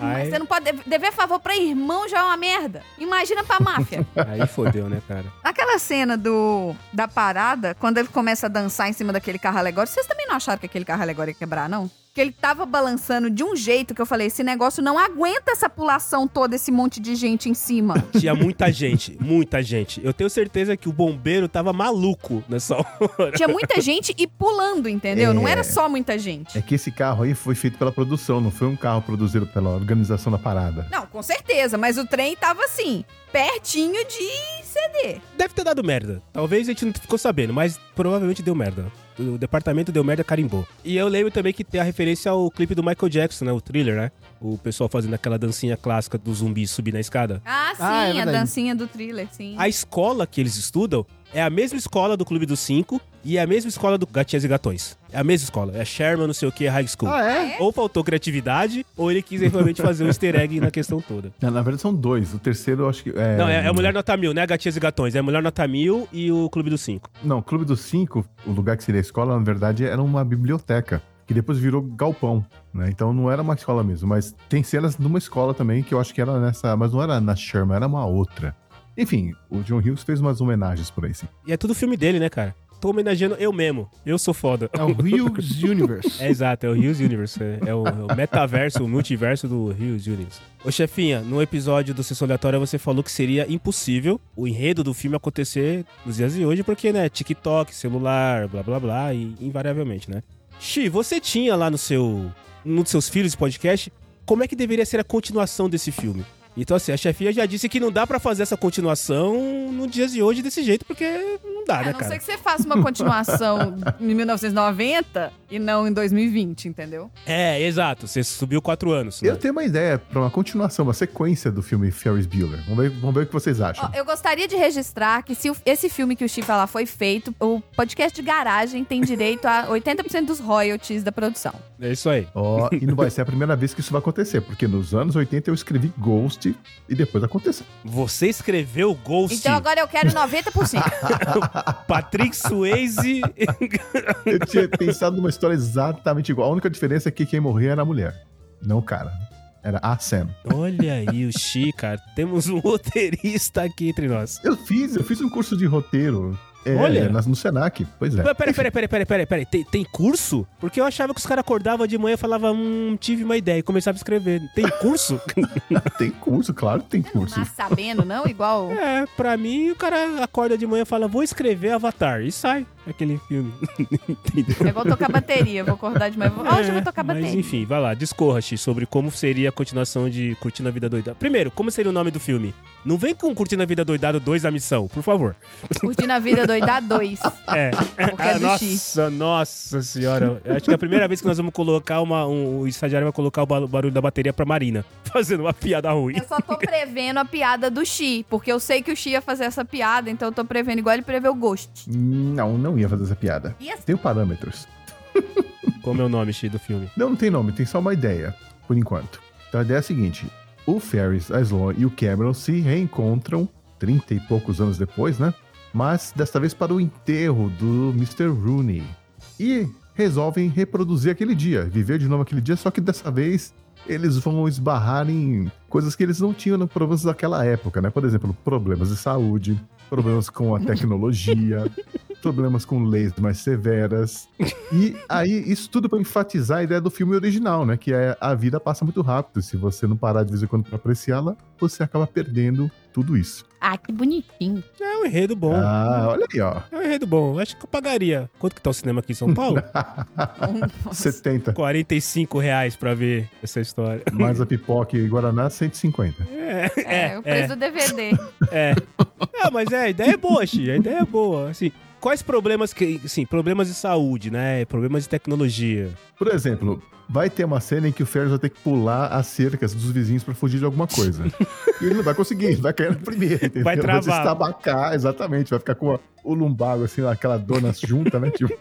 Speaker 1: Ai.
Speaker 3: mas você não pode. deve- Dever favor pra irmão já é uma merda. Imagina pra máfia.
Speaker 1: Aí fodeu, né, cara?
Speaker 3: Aquela cena do da parada, quando ele começa a dançar em cima daquele carro alegórico, vocês também não acharam que aquele carro alegórico ia quebrar, não? Que ele tava balançando de um jeito que eu falei, esse negócio não aguenta essa pulação toda, esse monte de gente em cima.
Speaker 1: Tinha muita gente, muita gente. Eu tenho certeza que o bombeiro tava maluco nessa hora.
Speaker 3: Tinha muita gente e pulando, entendeu? Não era só muita gente.
Speaker 5: É que esse carro aí foi feito pela produção, não foi um carro produzido pela organização da parada.
Speaker 3: Não, com certeza, mas o trem tava assim, pertinho de CD.
Speaker 1: Deve ter dado merda. Talvez a gente não ficou sabendo, mas provavelmente deu merda. O departamento deu merda, carimbou. E eu lembro também que tem a referência ao clipe do Michael Jackson, né? O thriller, né? O pessoal fazendo aquela dancinha clássica do zumbi subir na escada.
Speaker 3: Ah, sim,
Speaker 4: Ah, é
Speaker 3: a
Speaker 4: verdade.
Speaker 3: dancinha do thriller, sim.
Speaker 1: A escola que eles estudam é a mesma escola do Clube dos Cinco e é a mesma escola do Gatinhas e Gatões. É a mesma escola. É Sherman, não sei o que, High School.
Speaker 4: Ah, é?
Speaker 1: Ou faltou criatividade, ou ele quis realmente fazer um easter egg na questão toda.
Speaker 5: Na, na verdade, são dois. O terceiro, eu acho que. É...
Speaker 1: Não, é, é Mulher Nota Mil, né? Gatinhas e Gatões. É Mulher Nota Mil e o Clube dos Cinco.
Speaker 5: Não, o Clube dos Cinco, o lugar que seria a escola, na verdade, era uma biblioteca, que depois virou galpão, né? Então não era uma escola mesmo, mas tem cenas numa escola também que eu acho que era nessa. Mas não era na Sherman, era uma outra. Enfim, o John Hughes fez umas homenagens por aí, sim.
Speaker 1: E é tudo filme dele, né, cara? tô homenageando eu mesmo. Eu sou foda.
Speaker 4: É o Hughes Universe.
Speaker 1: É exato, é o Rios Universe. É, é o, é o metaverso, o multiverso do Rios Universe. Ô chefinha, no episódio do Sessão Aleatória você falou que seria impossível o enredo do filme acontecer nos dias de hoje, porque, né, TikTok, celular, blá blá blá, e invariavelmente, né? Xi, você tinha lá no seu. num dos seus filhos de podcast, como é que deveria ser a continuação desse filme? Então, assim, a chefinha já disse que não dá pra fazer essa continuação nos dias de hoje desse jeito, porque não dá,
Speaker 3: A
Speaker 1: né,
Speaker 3: não ser
Speaker 1: cara?
Speaker 3: que você faça uma continuação em 1990 e não em 2020, entendeu?
Speaker 1: É, exato. Você subiu quatro anos. né?
Speaker 5: Eu tenho uma ideia pra uma continuação, uma sequência do filme Ferris Bueller. Vamos ver, vamos ver o que vocês acham.
Speaker 3: Ó, eu gostaria de registrar que se o- esse filme que o Chifra lá foi feito, o podcast de garagem tem direito a 80% dos royalties da produção.
Speaker 1: É isso aí.
Speaker 5: Ó, e não vai ser a primeira vez que isso vai acontecer, porque nos anos 80 eu escrevi Ghost e depois aconteceu.
Speaker 1: Você escreveu Ghost,
Speaker 3: Então agora eu quero 90%.
Speaker 1: Ah, Patrick Swayze.
Speaker 5: Eu tinha pensado numa história exatamente igual. A única diferença é que quem morria era a mulher, não o cara. Era a Sam.
Speaker 1: Olha aí o Xi, cara. Temos um roteirista aqui entre nós.
Speaker 5: Eu fiz, eu fiz um curso de roteiro. é,
Speaker 1: Olha.
Speaker 5: nas- no Senac, pois é.
Speaker 1: Mas Peraí, peraí, peraí, peraí, peraí, peraí. Tem, tem curso? Porque eu achava que os caras acordavam de manhã e falavam, hum, tive uma ideia e começava a escrever. Tem curso?
Speaker 5: Tem curso, claro que tem curso.
Speaker 3: Mas sabendo, não? Igual.
Speaker 1: é, pra mim o cara acorda de manhã e fala, vou escrever Avatar. E sai aquele filme. Entendeu?
Speaker 3: É igual tocar bateria. Vou acordar de manhã. vou- Hoje eu vou tocar
Speaker 1: Mas
Speaker 3: bateria.
Speaker 1: enfim, vai lá, discorra, Xi, sobre como seria a continuação de Curtindo a Vida Doidada. Primeiro, como seria o nome do filme? Não vem com Curtindo a Vida Doidado 2 a missão, por favor.
Speaker 3: Curtindo a vida doida 2.
Speaker 1: É.
Speaker 3: Porque é do
Speaker 1: nossa, nossa senhora. Eu Acho que é a primeira vez que nós vamos colocar uma. Um, o estagiário vai colocar o ba- barulho da bateria pra Marina. Fazendo uma piada ruim.
Speaker 3: Eu só tô prevendo a piada do Xi, porque eu sei que o Xi ia fazer essa piada, então eu tô prevendo igual ele preveu o Ghost.
Speaker 5: Não, não ia fazer essa piada.
Speaker 3: E essa-
Speaker 5: Tem parâmetros.
Speaker 1: Como é o nome, Xi, do filme?
Speaker 5: Não, não tem nome, tem só uma ideia, por enquanto. Então a ideia é a seguinte: o Ferris, a Sloan e o Cameron se reencontram 30 e poucos anos depois, né? Mas desta vez para o enterro do Mr. Rooney. E resolvem reproduzir aquele dia, viver de novo aquele dia, só que dessa vez eles vão esbarrar em coisas que eles não tinham no problemas daquela época, né? Por exemplo, problemas de saúde, problemas com a tecnologia, problemas com leis mais severas, e aí, isso tudo pra enfatizar a ideia do filme original, né? Que é a vida passa muito rápido. Se você não parar de vez em quando pra apreciá-la, você acaba perdendo tudo isso.
Speaker 3: Ah, que bonitinho.
Speaker 1: É um enredo bom.
Speaker 5: Ah, olha aí, ó.
Speaker 1: É um enredo bom. Eu Acho que eu pagaria. Quanto que tá o cinema aqui em São Paulo?
Speaker 5: 70.
Speaker 1: 45 reais pra ver essa história.
Speaker 5: Mais a pipoca e Guaraná, 150.
Speaker 1: É,
Speaker 3: É, o preço do DVD.
Speaker 1: É. Não, mas é, a ideia é boa, Xi. A ideia é boa. Assim, quais problemas que. Assim, problemas de saúde, né? Problemas de tecnologia.
Speaker 5: Por exemplo, vai ter uma cena em que o Ferris vai ter que pular as cercas dos vizinhos pra fugir de alguma coisa. e ele não vai conseguir, ele vai cair na primeira, entendeu?
Speaker 1: Vai
Speaker 5: Vai
Speaker 1: travar.
Speaker 5: destabacar, exatamente. Vai ficar com a- o lumbago, assim, aquela dona junta, né? Tipo,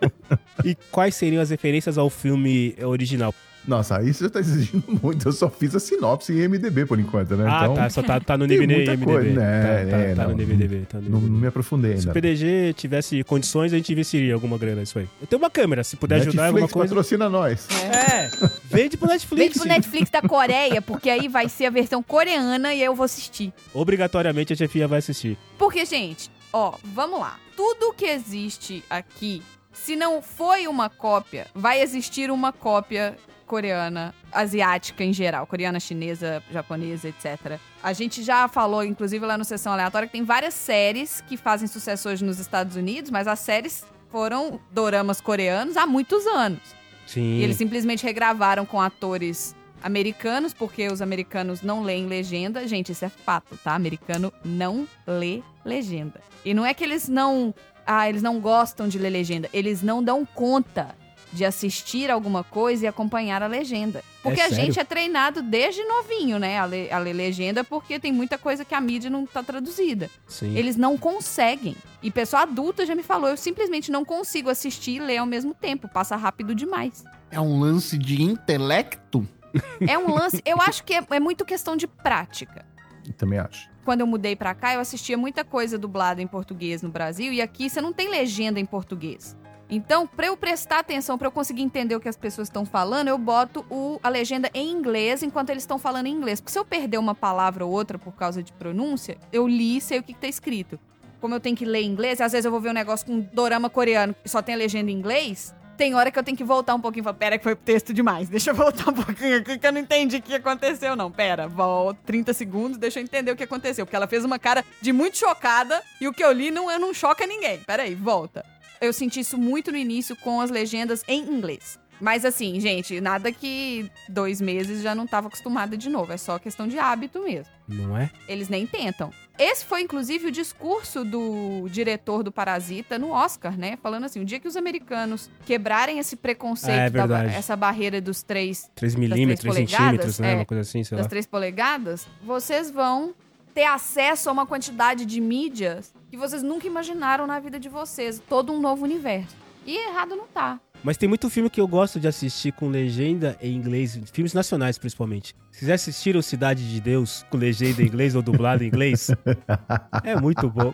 Speaker 1: E quais seriam as referências ao filme original?
Speaker 5: Nossa, aí você tá exigindo muito. Eu só fiz a sinopse em MDB por enquanto, né?
Speaker 1: ah,
Speaker 5: então,
Speaker 1: tá. Só tá, tá no
Speaker 5: tem
Speaker 1: DVD.
Speaker 5: muita
Speaker 1: MDB.
Speaker 5: coisa,
Speaker 1: tá,
Speaker 5: né?
Speaker 1: tá-
Speaker 5: É,
Speaker 1: tá no
Speaker 5: não.
Speaker 1: DVD. Tá no
Speaker 5: não,
Speaker 1: DVD.
Speaker 5: não me aprofundei
Speaker 1: Se o
Speaker 5: ainda.
Speaker 1: PDG tivesse condições, a gente investiria alguma grana nisso aí. Eu tenho uma câmera, se puder ajudar em alguma
Speaker 5: Netflix
Speaker 1: coisa.
Speaker 5: patrocina nós.
Speaker 1: É, vende pro
Speaker 3: Vende
Speaker 1: Netflix.
Speaker 3: pro Netflix da Coreia, porque aí vai ser a versão coreana e eu vou assistir.
Speaker 1: Obrigatoriamente a chefia vai assistir.
Speaker 3: Porque, gente, ó, vamos lá. Tudo que existe aqui, se não foi uma cópia, vai existir uma cópia coreana, asiática em geral, coreana, chinesa, japonesa, etc. A gente já falou, inclusive, lá no Sessão Aleatória, que tem várias séries que fazem sucesso hoje nos Estados Unidos, mas as séries foram doramas coreanos há muitos anos.
Speaker 1: Sim.
Speaker 3: E eles simplesmente regravaram com atores americanos, porque os americanos não leem legenda. Gente, isso é fato, tá? Americano não lê legenda. E não é que eles não. Ah, eles não gostam de ler legenda. Eles não dão conta de assistir alguma coisa e acompanhar a legenda. Porque a
Speaker 1: sério?
Speaker 3: gente é treinado desde novinho, né? A ler, a ler legenda, porque tem muita coisa que a mídia não tá traduzida.
Speaker 1: Sim.
Speaker 3: Eles não conseguem. E pessoa adulta já me falou, eu simplesmente não consigo assistir e ler ao mesmo tempo. Passa rápido demais.
Speaker 4: É um lance de intelecto?
Speaker 3: É um lance. Eu acho que é, é muito questão de prática.
Speaker 5: Também acho.
Speaker 3: Quando eu mudei pra cá, eu assistia muita coisa dublada em português no Brasil e aqui você não tem legenda em português. Então, pra eu prestar atenção, pra eu conseguir entender o que as pessoas estão falando, eu boto o- a legenda em inglês enquanto eles estão falando em inglês. Porque se eu perder uma palavra ou outra por causa de pronúncia, eu li e sei o que, que tá escrito. como eu tenho que ler em inglês, e às vezes eu vou ver um negócio com dorama coreano e só tem a legenda em inglês. Tem hora que eu tenho que voltar um pouquinho e falar, pera que foi texto demais, deixa eu voltar um pouquinho aqui que eu não entendi o que aconteceu, não. Pera, volta 30 segundos, deixa eu entender o que aconteceu. Porque ela fez uma cara de muito chocada e o que eu li não, não choca ninguém. Pera aí, volta. Eu senti isso muito no início com as legendas em inglês. Mas assim, gente, nada que dois meses já não tava acostumada de novo. É só questão de hábito mesmo.
Speaker 1: Não é?
Speaker 3: Eles nem tentam. Esse foi, inclusive, o discurso do diretor do Parasita no Oscar, né? Falando assim: o dia que os americanos quebrarem esse preconceito,
Speaker 1: Ah, é
Speaker 3: da-
Speaker 1: verdade.
Speaker 3: essa barreira dos três
Speaker 1: 3 milímetros, 3
Speaker 3: polegadas,
Speaker 1: centímetros, né?
Speaker 3: é.
Speaker 1: Uma coisa assim, sei
Speaker 3: das
Speaker 1: lá.
Speaker 3: três polegadas, vocês vão ter acesso a uma quantidade de mídias que vocês nunca imaginaram na vida de vocês. Todo um novo universo. E errado não tá.
Speaker 1: Mas tem muito filme que eu gosto de assistir com legenda em inglês, filmes nacionais principalmente. Vocês já assistiram Cidade de Deus com legenda em inglês ou dublado em inglês? É muito bom.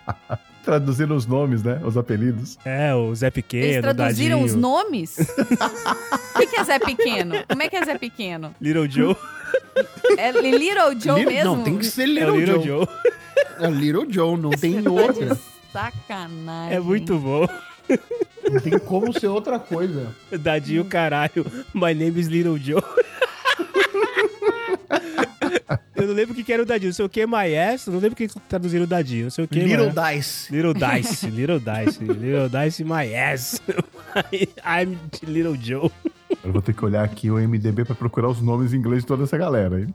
Speaker 5: Traduzindo os nomes, né? Os apelidos.
Speaker 1: É, o Zé Pequeno,
Speaker 3: Eles traduziram
Speaker 1: Dadinho,
Speaker 3: os nomes? O que, que é Zé Pequeno? Como é que é Zé Pequeno?
Speaker 1: Little Joe.
Speaker 3: É Little Joe
Speaker 4: Little-
Speaker 3: mesmo?
Speaker 4: Não, tem que ser
Speaker 1: É
Speaker 4: Little,
Speaker 1: o Little
Speaker 4: Joe.
Speaker 1: Joe.
Speaker 4: É Little Joe, não tem outra.
Speaker 3: Sacanagem.
Speaker 1: É muito bom.
Speaker 4: Não tem como ser outra coisa.
Speaker 1: Dadinho,
Speaker 3: Hum.
Speaker 1: caralho. My name is Little Joe. eu não lembro o que que era o Dadinho. Não sei o que, my ass. Não lembro o que que traduziram o Dadinho. Não é? sei o que.
Speaker 4: Little
Speaker 1: my-
Speaker 4: Dice.
Speaker 1: Little Dice, Little Dice, Little Dice my ass. I'm Little Joe.
Speaker 5: Eu vou ter que olhar aqui o MDB pra procurar os nomes em inglês de toda essa galera. hein?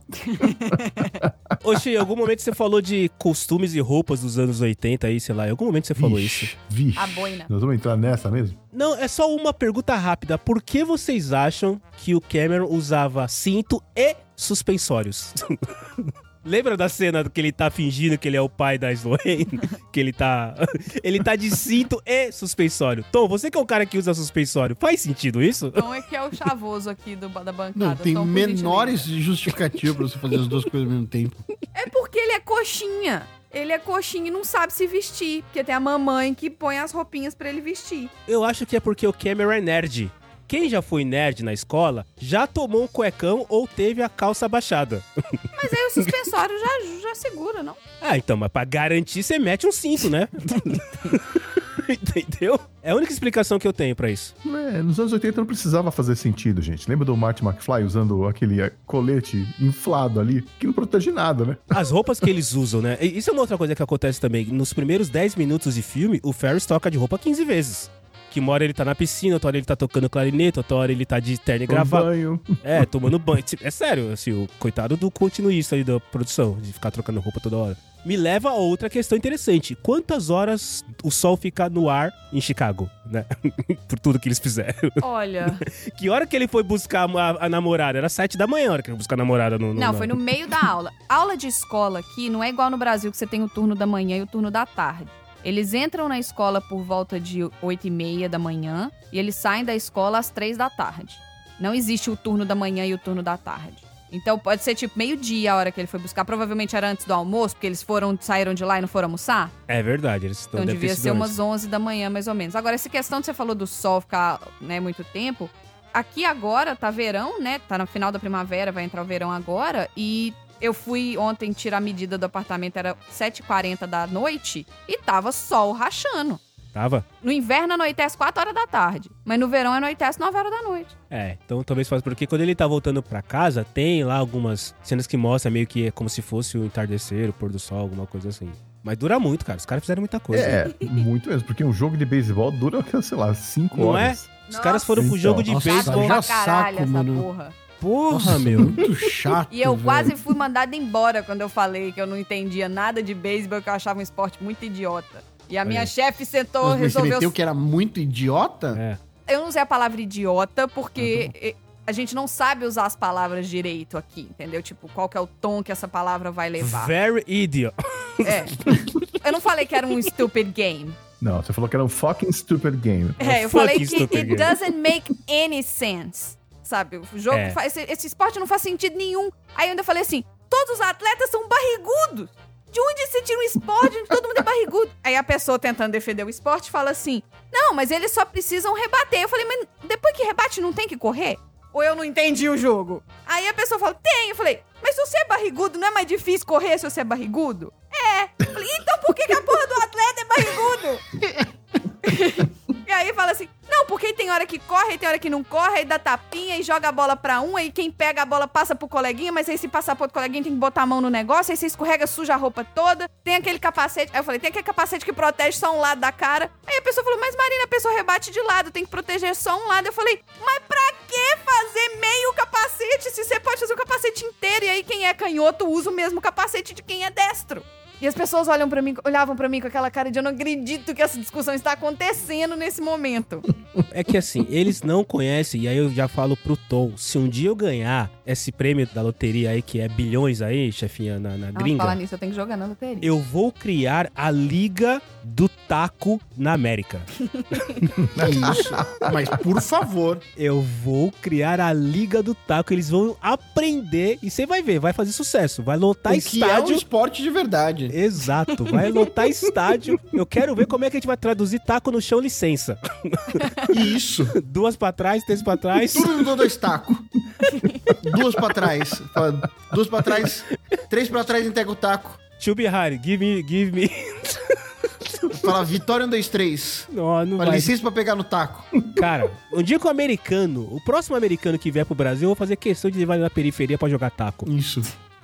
Speaker 1: Oxi, em algum momento você falou de costumes e roupas dos anos 80 aí, sei lá. Em algum momento você falou isso.
Speaker 5: Vixe, Vixe.
Speaker 3: A boina.
Speaker 5: Nós vamos entrar nessa mesmo?
Speaker 1: Não, é só uma pergunta rápida. Por que vocês acham que o Cameron usava cinto e suspensórios? Lembra da cena que ele tá fingindo que ele é o pai da Sloane? que ele tá. ele tá de cinto e suspensório. Tom, você que é o cara que usa suspensório, faz sentido isso?
Speaker 3: Então é que é o chavoso aqui do, da bancada.
Speaker 4: Não, tem
Speaker 3: Tom, por
Speaker 4: menores
Speaker 3: gentileza.
Speaker 4: justificativos pra você fazer as duas coisas ao mesmo tempo.
Speaker 3: É porque ele é coxinha. Ele é coxinha e não sabe se vestir. Porque tem a mamãe que põe as roupinhas pra ele vestir.
Speaker 1: Eu acho que é porque o Cameron é nerd. Quem já foi nerd na escola já tomou um cuecão ou teve a calça baixada.
Speaker 3: Mas aí o suspensório já, já segura, não?
Speaker 1: Ah, então, mas pra garantir, você mete um cinto, né? Entendeu? É a única explicação que eu tenho pra isso.
Speaker 5: É, nos anos 80 não precisava fazer sentido, gente. Lembra do Marty McFly usando aquele eh, colete inflado ali, que não protege nada, né?
Speaker 1: As roupas que eles usam, né? E Isso é uma outra coisa que acontece também. Nos primeiros 10 minutos de filme, o Ferris toca de roupa 15 vezes. Que uma hora ele tá na piscina, outra hora ele tá tocando clarinete, outra hora ele tá de terno e
Speaker 5: Um
Speaker 1: gravata.
Speaker 5: banho.
Speaker 1: É, tomando banho. É sério, assim, o coitado do continuista aí da produção, de ficar trocando roupa toda hora. Me leva a outra questão interessante. Quantas horas o sol fica no ar em Chicago, né? Por tudo que eles fizeram.
Speaker 3: Olha.
Speaker 1: Que hora que ele foi buscar a, a namorada? Era sete da manhã a hora que ele foi buscar a namorada no... no- na-
Speaker 3: Não, foi no meio da aula. Aula de escola aqui não é igual no Brasil, que você tem o turno da manhã e o turno da tarde. Eles entram na escola por volta de 8 e meia da manhã e eles saem da escola às 3 da tarde. Não existe o turno da manhã e o turno da tarde. Então pode ser tipo meio-dia a hora que ele foi buscar. Provavelmente era antes do almoço, porque eles foram saíram de lá e não foram almoçar.
Speaker 1: É verdade, eles estão...
Speaker 3: Então devia ser umas 11 da manhã, mais ou menos. Agora, essa questão que você falou do sol ficar né, muito tempo, aqui agora tá verão, né? Tá no final da primavera, vai entrar o verão agora. E eu fui ontem tirar a medida do apartamento, era 7h40 da noite, e tava sol rachando.
Speaker 1: Tava?
Speaker 3: No inverno anoitece 4 horas da tarde, mas no verão anoitece 9 horas da noite.
Speaker 1: É, então talvez faça porque quando ele tá voltando pra casa, tem lá algumas cenas que mostra meio que é como se fosse o entardecer, o pôr do sol, alguma coisa assim. Mas dura muito, cara. Os caras fizeram muita coisa.
Speaker 5: É, muito mesmo, porque um jogo de beisebol dura, sei lá, 5
Speaker 1: Não é?
Speaker 5: horas.
Speaker 1: Os caras foram pro
Speaker 5: Nossa,
Speaker 1: jogo de
Speaker 4: nossa,
Speaker 1: beisebol.
Speaker 4: já
Speaker 3: pra caralho
Speaker 4: saco,
Speaker 3: essa
Speaker 4: mano.
Speaker 3: porra.
Speaker 1: Porra,
Speaker 4: Nossa,
Speaker 1: meu.
Speaker 4: Muito chato.
Speaker 3: E eu
Speaker 4: velho.
Speaker 3: quase fui mandada embora quando eu falei que eu não entendia nada de beisebol, que eu achava um esporte muito idiota. E a minha
Speaker 1: Olha.
Speaker 3: chefe sentou,
Speaker 4: Mas você
Speaker 3: resolveu.
Speaker 4: meteu que era muito idiota?
Speaker 1: É.
Speaker 3: Eu não usei a palavra idiota
Speaker 4: Ah,
Speaker 3: porque
Speaker 4: tá
Speaker 3: eh, a gente não sabe usar as palavras direito aqui, entendeu? Tipo, qual que é o tom que essa palavra vai levar.
Speaker 1: É. Very idiot.
Speaker 3: É. Eu não falei que era um stupid game.
Speaker 5: Não, você falou que era um fucking stupid game.
Speaker 3: É, eu
Speaker 1: Fucking
Speaker 3: falei que
Speaker 1: stupid
Speaker 3: it
Speaker 1: game.
Speaker 3: doesn't make any sense. Sabe? O jogo
Speaker 1: É.
Speaker 3: faz. Esse esporte não faz sentido nenhum. Aí eu ainda falei assim: todos os atletas são barrigudos. De onde se tira um esporte? onde Todo mundo é barrigudo. Aí a pessoa tentando defender o esporte fala assim: não, mas eles só precisam rebater. Eu falei, mas depois que rebate não tem que correr? Ou eu não entendi o jogo? Aí a pessoa fala, tem. Eu falei, mas se você é barrigudo, não é mais difícil correr se você é barrigudo? É. Eu falei, então por que, que a porra do atleta é barrigudo. E aí fala assim: não, porque tem hora que corre, tem hora que não corre, aí dá tapinha e joga a bola pra um, aí quem pega a bola passa pro coleguinha, mas aí se passar pro outro coleguinha tem que botar a mão no negócio, aí você escorrega, suja a roupa toda. Tem aquele capacete. Aí eu falei: tem aquele capacete que protege só um lado da cara. Aí a pessoa falou: mas Marina, a pessoa rebate de lado, tem que proteger só um lado. Eu falei: mas pra que fazer meio capacete se você pode fazer o capacete inteiro? E aí quem é canhoto usa o mesmo capacete de quem é destro. E as pessoas olham para mim, olhavam para mim com aquela cara de eu não acredito que essa discussão está acontecendo nesse momento.
Speaker 1: É que assim, eles não conhecem, e aí eu já falo pro Tom, se um dia eu ganhar esse prêmio da loteria aí, que é bilhões aí, chefinha, na, na
Speaker 3: Ah, falar
Speaker 1: gringa,
Speaker 3: nisso, eu tenho que jogar na loteria.
Speaker 1: eu vou criar a Liga do Taco na América.
Speaker 4: É isso. Mas, por favor,
Speaker 1: Eu vou criar a Liga do Taco, eles vão aprender, e você vai ver, vai fazer sucesso, vai lotar
Speaker 4: o que é um
Speaker 1: Tá estádio...
Speaker 4: esporte de verdade.
Speaker 1: Exato, vai lotar estádio. Eu quero ver como é que a gente vai traduzir taco no chão licença.
Speaker 4: É Isso.
Speaker 1: Duas pra trás, três pra trás.
Speaker 4: Tudo no dois tacos. Duas pra trás. Fala, Duas pra trás. Três pra trás entrega o taco.
Speaker 1: Chubi Hari, give me, give me.
Speaker 4: Fala vitória um, dois, três.
Speaker 1: Não, não
Speaker 4: Fala
Speaker 1: vai.
Speaker 4: licença pra pegar no taco.
Speaker 1: Cara, um dia que o americano, o próximo americano que vier pro Brasil, eu vou fazer questão de levar ele na periferia pra jogar taco.
Speaker 4: Isso.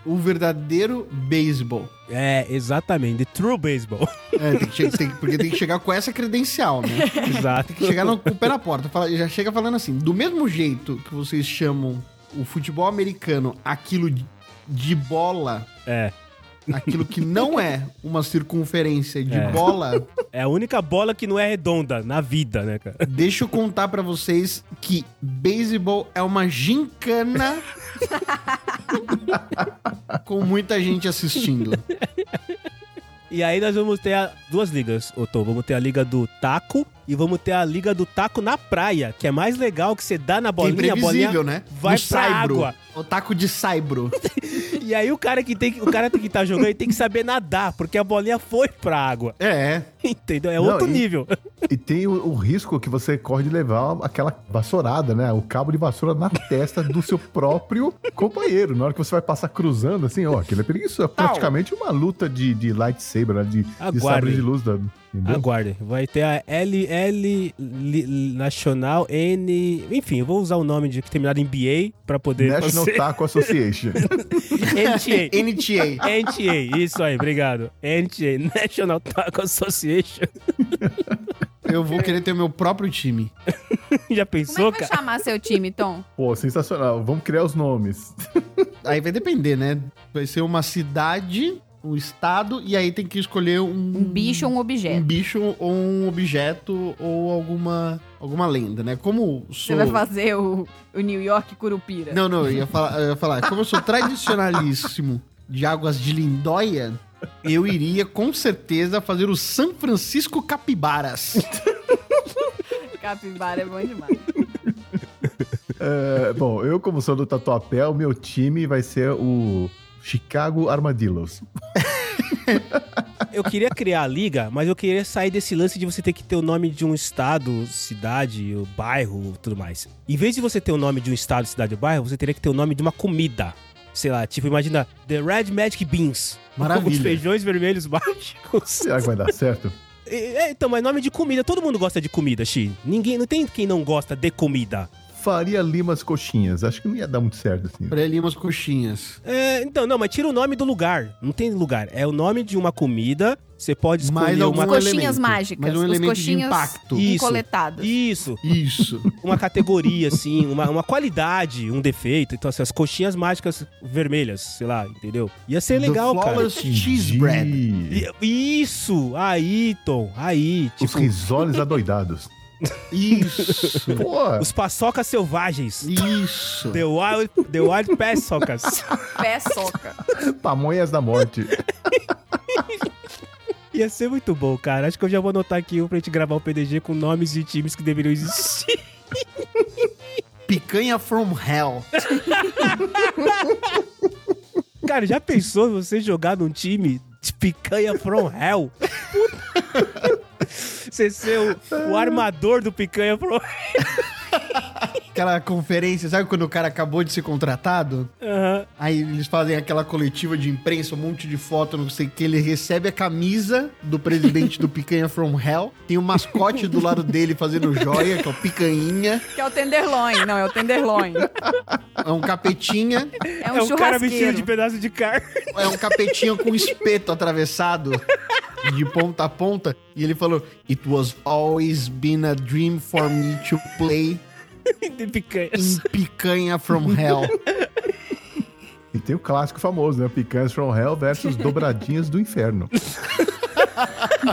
Speaker 4: O verdadeiro beisebol.
Speaker 1: É, exatamente. The true baseball.
Speaker 4: É, tem que che- tem- porque tem que chegar com essa credencial, né?
Speaker 1: Exato.
Speaker 4: Tem que chegar no, com o pé na porta. Fala- já chega falando assim: do mesmo jeito que vocês chamam o futebol americano aquilo de, de bola,
Speaker 1: É.
Speaker 4: aquilo que não é uma circunferência de
Speaker 1: É.
Speaker 4: bola,
Speaker 1: É a única bola que não é redonda na vida, né, cara?
Speaker 4: deixa eu contar pra vocês que beisebol é uma gincana com muita gente assistindo.
Speaker 1: E aí nós vamos ter a- duas ligas, Otô. Vamos ter a liga do taco e vamos ter a liga do taco na praia, que é mais legal que você dá na
Speaker 4: Que
Speaker 1: bolinha, a bolinha
Speaker 4: né?
Speaker 1: vai
Speaker 4: Do
Speaker 1: pra
Speaker 4: saibro.
Speaker 1: água.
Speaker 4: O taco de saibro.
Speaker 1: E aí o cara que tem que, o cara tem que estar jogando, ele tem que saber nadar, porque a bolinha foi pra água.
Speaker 4: É,
Speaker 1: Entendeu? É
Speaker 5: Não,
Speaker 1: outro
Speaker 5: e-
Speaker 1: nível.
Speaker 5: E tem o, o risco que você corre de levar aquela vassourada, né? O cabo de vassoura na testa do seu próprio companheiro. Na hora que você vai passar cruzando, assim, ó, aquilo é perigoso. É praticamente uma luta de, de lightsaber, né? De, de sabre
Speaker 1: Aguardem.
Speaker 5: de luz. Da, entendeu?
Speaker 1: Aguardem, vai ter a LL Li- Nacional N. Enfim, eu vou usar o nome de que terminado em BA pra poder.
Speaker 5: National
Speaker 1: fazer-
Speaker 5: Taco Association.
Speaker 1: NTA.
Speaker 4: NTA.
Speaker 1: NTA, isso aí, obrigado. NTA, National Taco Association.
Speaker 4: Eu vou querer ter o meu próprio time.
Speaker 1: Já
Speaker 3: Como é
Speaker 1: pensou,
Speaker 3: que vai
Speaker 1: cara?
Speaker 3: chamar seu time, Tom?
Speaker 5: Pô, sensacional. Vamos criar os nomes.
Speaker 4: Aí vai depender, né? Vai ser uma cidade, um estado, e aí tem que escolher um,
Speaker 3: Um bicho ou um objeto?
Speaker 4: um bicho ou um objeto ou alguma, alguma lenda, né? Como
Speaker 3: Você
Speaker 4: sou.
Speaker 3: vai assim. fazer o, o New York Curupira.
Speaker 4: Não, não, eu ia falar, eu ia falar. Como eu sou tradicionalíssimo de águas de lindóia, eu iria com certeza fazer o São Francisco Capibaras.
Speaker 3: Capivara é bom demais.
Speaker 5: É, bom, eu, como sou do Tatuapé, o meu time vai ser o Chicago Armadillos.
Speaker 1: Eu queria criar a liga, mas eu queria sair desse lance de você ter que ter o nome de um estado, cidade, o bairro, tudo mais. Em vez de você ter o nome de um estado, cidade ou bairro, você teria que ter o nome de uma comida. Sei lá, tipo, imagina The Red Magic Beans. Com os
Speaker 4: Maravilha.
Speaker 1: feijões vermelhos mágicos.
Speaker 5: Será que vai dar certo?
Speaker 1: É, é, então, mas nome de comida. Todo mundo gosta de comida, Xi. Ninguém, não tem quem não gosta de comida.
Speaker 5: Faria Limas Coxinhas. Acho que não ia dar muito certo, assim.
Speaker 4: Pra ele umas coxinhas.
Speaker 1: É, então, não, mas tira o nome do lugar. Não tem lugar. É o nome de uma comida. Você pode
Speaker 4: Mais
Speaker 1: escolher
Speaker 4: algum
Speaker 1: uma...
Speaker 3: coxinhas
Speaker 4: elemento,
Speaker 3: mágicas,
Speaker 4: Mais um
Speaker 3: os
Speaker 4: elemento de
Speaker 3: coxinhas-
Speaker 4: impacto.
Speaker 1: Isso.
Speaker 3: Coletadas.
Speaker 1: Isso.
Speaker 4: Isso.
Speaker 1: uma categoria, assim, uma, uma qualidade, um defeito. Então, assim, as coxinhas mágicas vermelhas, sei lá, entendeu? Ia ser legal,
Speaker 4: The
Speaker 1: cara.
Speaker 4: Flawless Cheese Bread.
Speaker 5: Entendi.
Speaker 1: I- Isso! Aí, Tom, aí.
Speaker 5: Os
Speaker 1: Tipo, os,
Speaker 5: risoles adoidados.
Speaker 4: Isso.
Speaker 5: Pô,
Speaker 1: paçocas selvagens.
Speaker 4: Isso.
Speaker 1: The Wild, the wild Paçocas.
Speaker 3: Pé soca.
Speaker 5: pamonhas da morte.
Speaker 1: Ia ser muito bom, cara. Acho que eu já vou anotar aqui um pra gente gravar o PDG com nomes de times que deveriam existir.
Speaker 4: Picanha from hell.
Speaker 1: Cara, já pensou você jogar num time de picanha from hell? Puta. Você ser o, o armador do picanha from
Speaker 4: aquela conferência, sabe quando o cara acabou de ser contratado?
Speaker 1: Aham.
Speaker 4: Aí eles fazem aquela coletiva de imprensa, um monte de foto, não sei o que. Ele recebe a camisa do presidente do Picanha From Hell. Tem o mascote do lado dele fazendo joia, que é o Picanhinha.
Speaker 3: Que é o tenderloin. Não, é o tenderloin.
Speaker 4: É um capetinha.
Speaker 3: É um
Speaker 1: É um
Speaker 3: churrasqueiro.
Speaker 1: cara vestido de pedaço de carne.
Speaker 4: É um capetinho com espeto atravessado de ponta a ponta. E ele falou: It was always been a dream for me to play
Speaker 1: de picanhas.
Speaker 4: in Picanha from Hell.
Speaker 5: E tem o clássico famoso, né? Picanhas from Hell versus Dobradinhas do Inferno.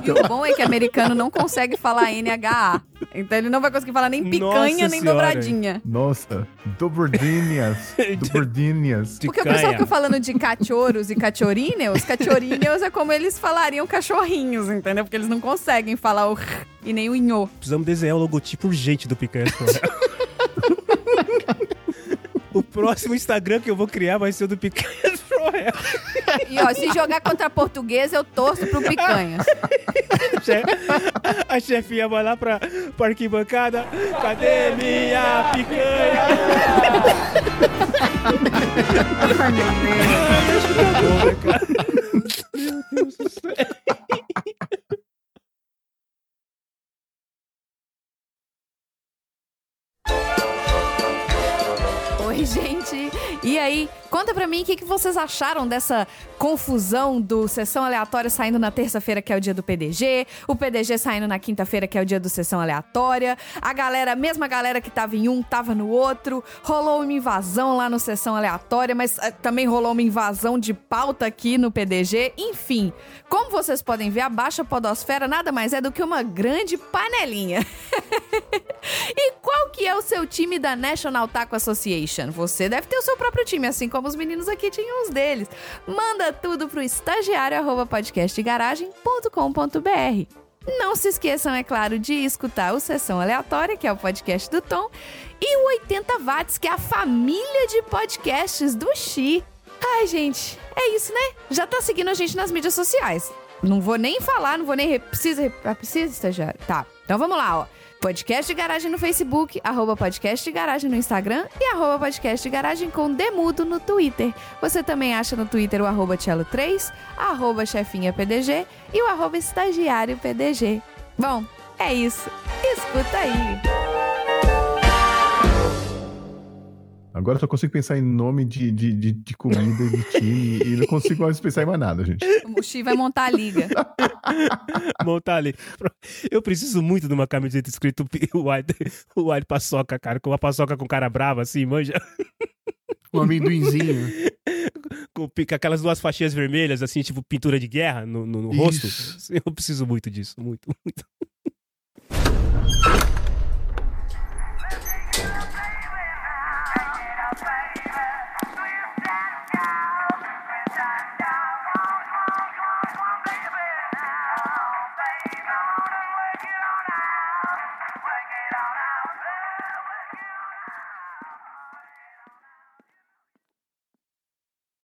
Speaker 3: E o bom é que americano não consegue falar NHA. Então ele não vai conseguir falar nem picanha,
Speaker 1: Nossa
Speaker 3: nem
Speaker 1: senhora,
Speaker 3: dobradinha.
Speaker 5: Nossa, Dobradinhas, Dobradinhas.
Speaker 1: De
Speaker 3: Porque o pessoal
Speaker 1: canha.
Speaker 3: fica falando de cachorros e cachorinhos, cachorinhos é como eles falariam cachorrinhos, entendeu? Porque eles não conseguem falar o r e nem o nhô.
Speaker 1: Precisamos desenhar o logotipo urgente do Picanha Cruel. O próximo Instagram que eu vou criar vai ser o do Picanha Cruel.
Speaker 3: E ó, se jogar contra português, eu torço pro picanhas.
Speaker 1: A chefinha vai lá pra, pra arquibancada. Cadê minha picanha?
Speaker 3: Oi, gente. E aí, conta pra mim o que, que vocês acharam dessa confusão do Sessão Aleatória saindo na terça-feira, que é o dia do PDG, o PDG saindo na quinta-feira, que é o dia do Sessão Aleatória, a galera, a mesma galera que tava em um, tava no outro, rolou uma invasão lá no Sessão Aleatória, mas eh, também rolou uma invasão de pauta aqui no PDG, enfim. Como vocês podem ver, a Baixa Podosfera nada mais é do que uma grande panelinha. E qual que é o seu time da National Taco Association? Você deve ter o seu próprio time, assim como os meninos aqui tinham os deles. Manda tudo pro estagiário@podcastgaragem.com.br. Não se esqueçam, é claro, de escutar o Sessão Aleatória, que é o podcast do Tom, e o 80 Watts, que é a família de podcasts do Xi. Ai, gente, é isso, né? Já tá seguindo a gente nas mídias sociais. Não vou nem falar, não vou nem. re- Precisa, re- ah, precisa, estagiário. Tá, então vamos lá, ó. Podcast de Garagem no Facebook, arroba Podcast de Garagem no Instagram e arroba Podcast de Garagem com Demudo no Twitter. Você também acha no Twitter o arroba Tchelo3, arroba Chefinha PDG e o arroba Estagiário PDG. Bom, é isso. Escuta aí.
Speaker 5: Agora eu só consigo pensar em nome de, de, de, de comida, e de time, e não consigo mais pensar em mais nada, gente.
Speaker 3: O Chi vai montar a liga.
Speaker 1: Montar ali. Eu preciso muito de uma camiseta escrito P- Wild, Wild Paçoca, cara. Com uma paçoca com cara brava, assim, manja.
Speaker 4: Um amendoinzinho.
Speaker 1: Com, pi- com aquelas duas faixinhas vermelhas, assim, tipo pintura de guerra no, no- no rosto.
Speaker 4: Isso.
Speaker 1: Eu preciso muito disso, muito, muito.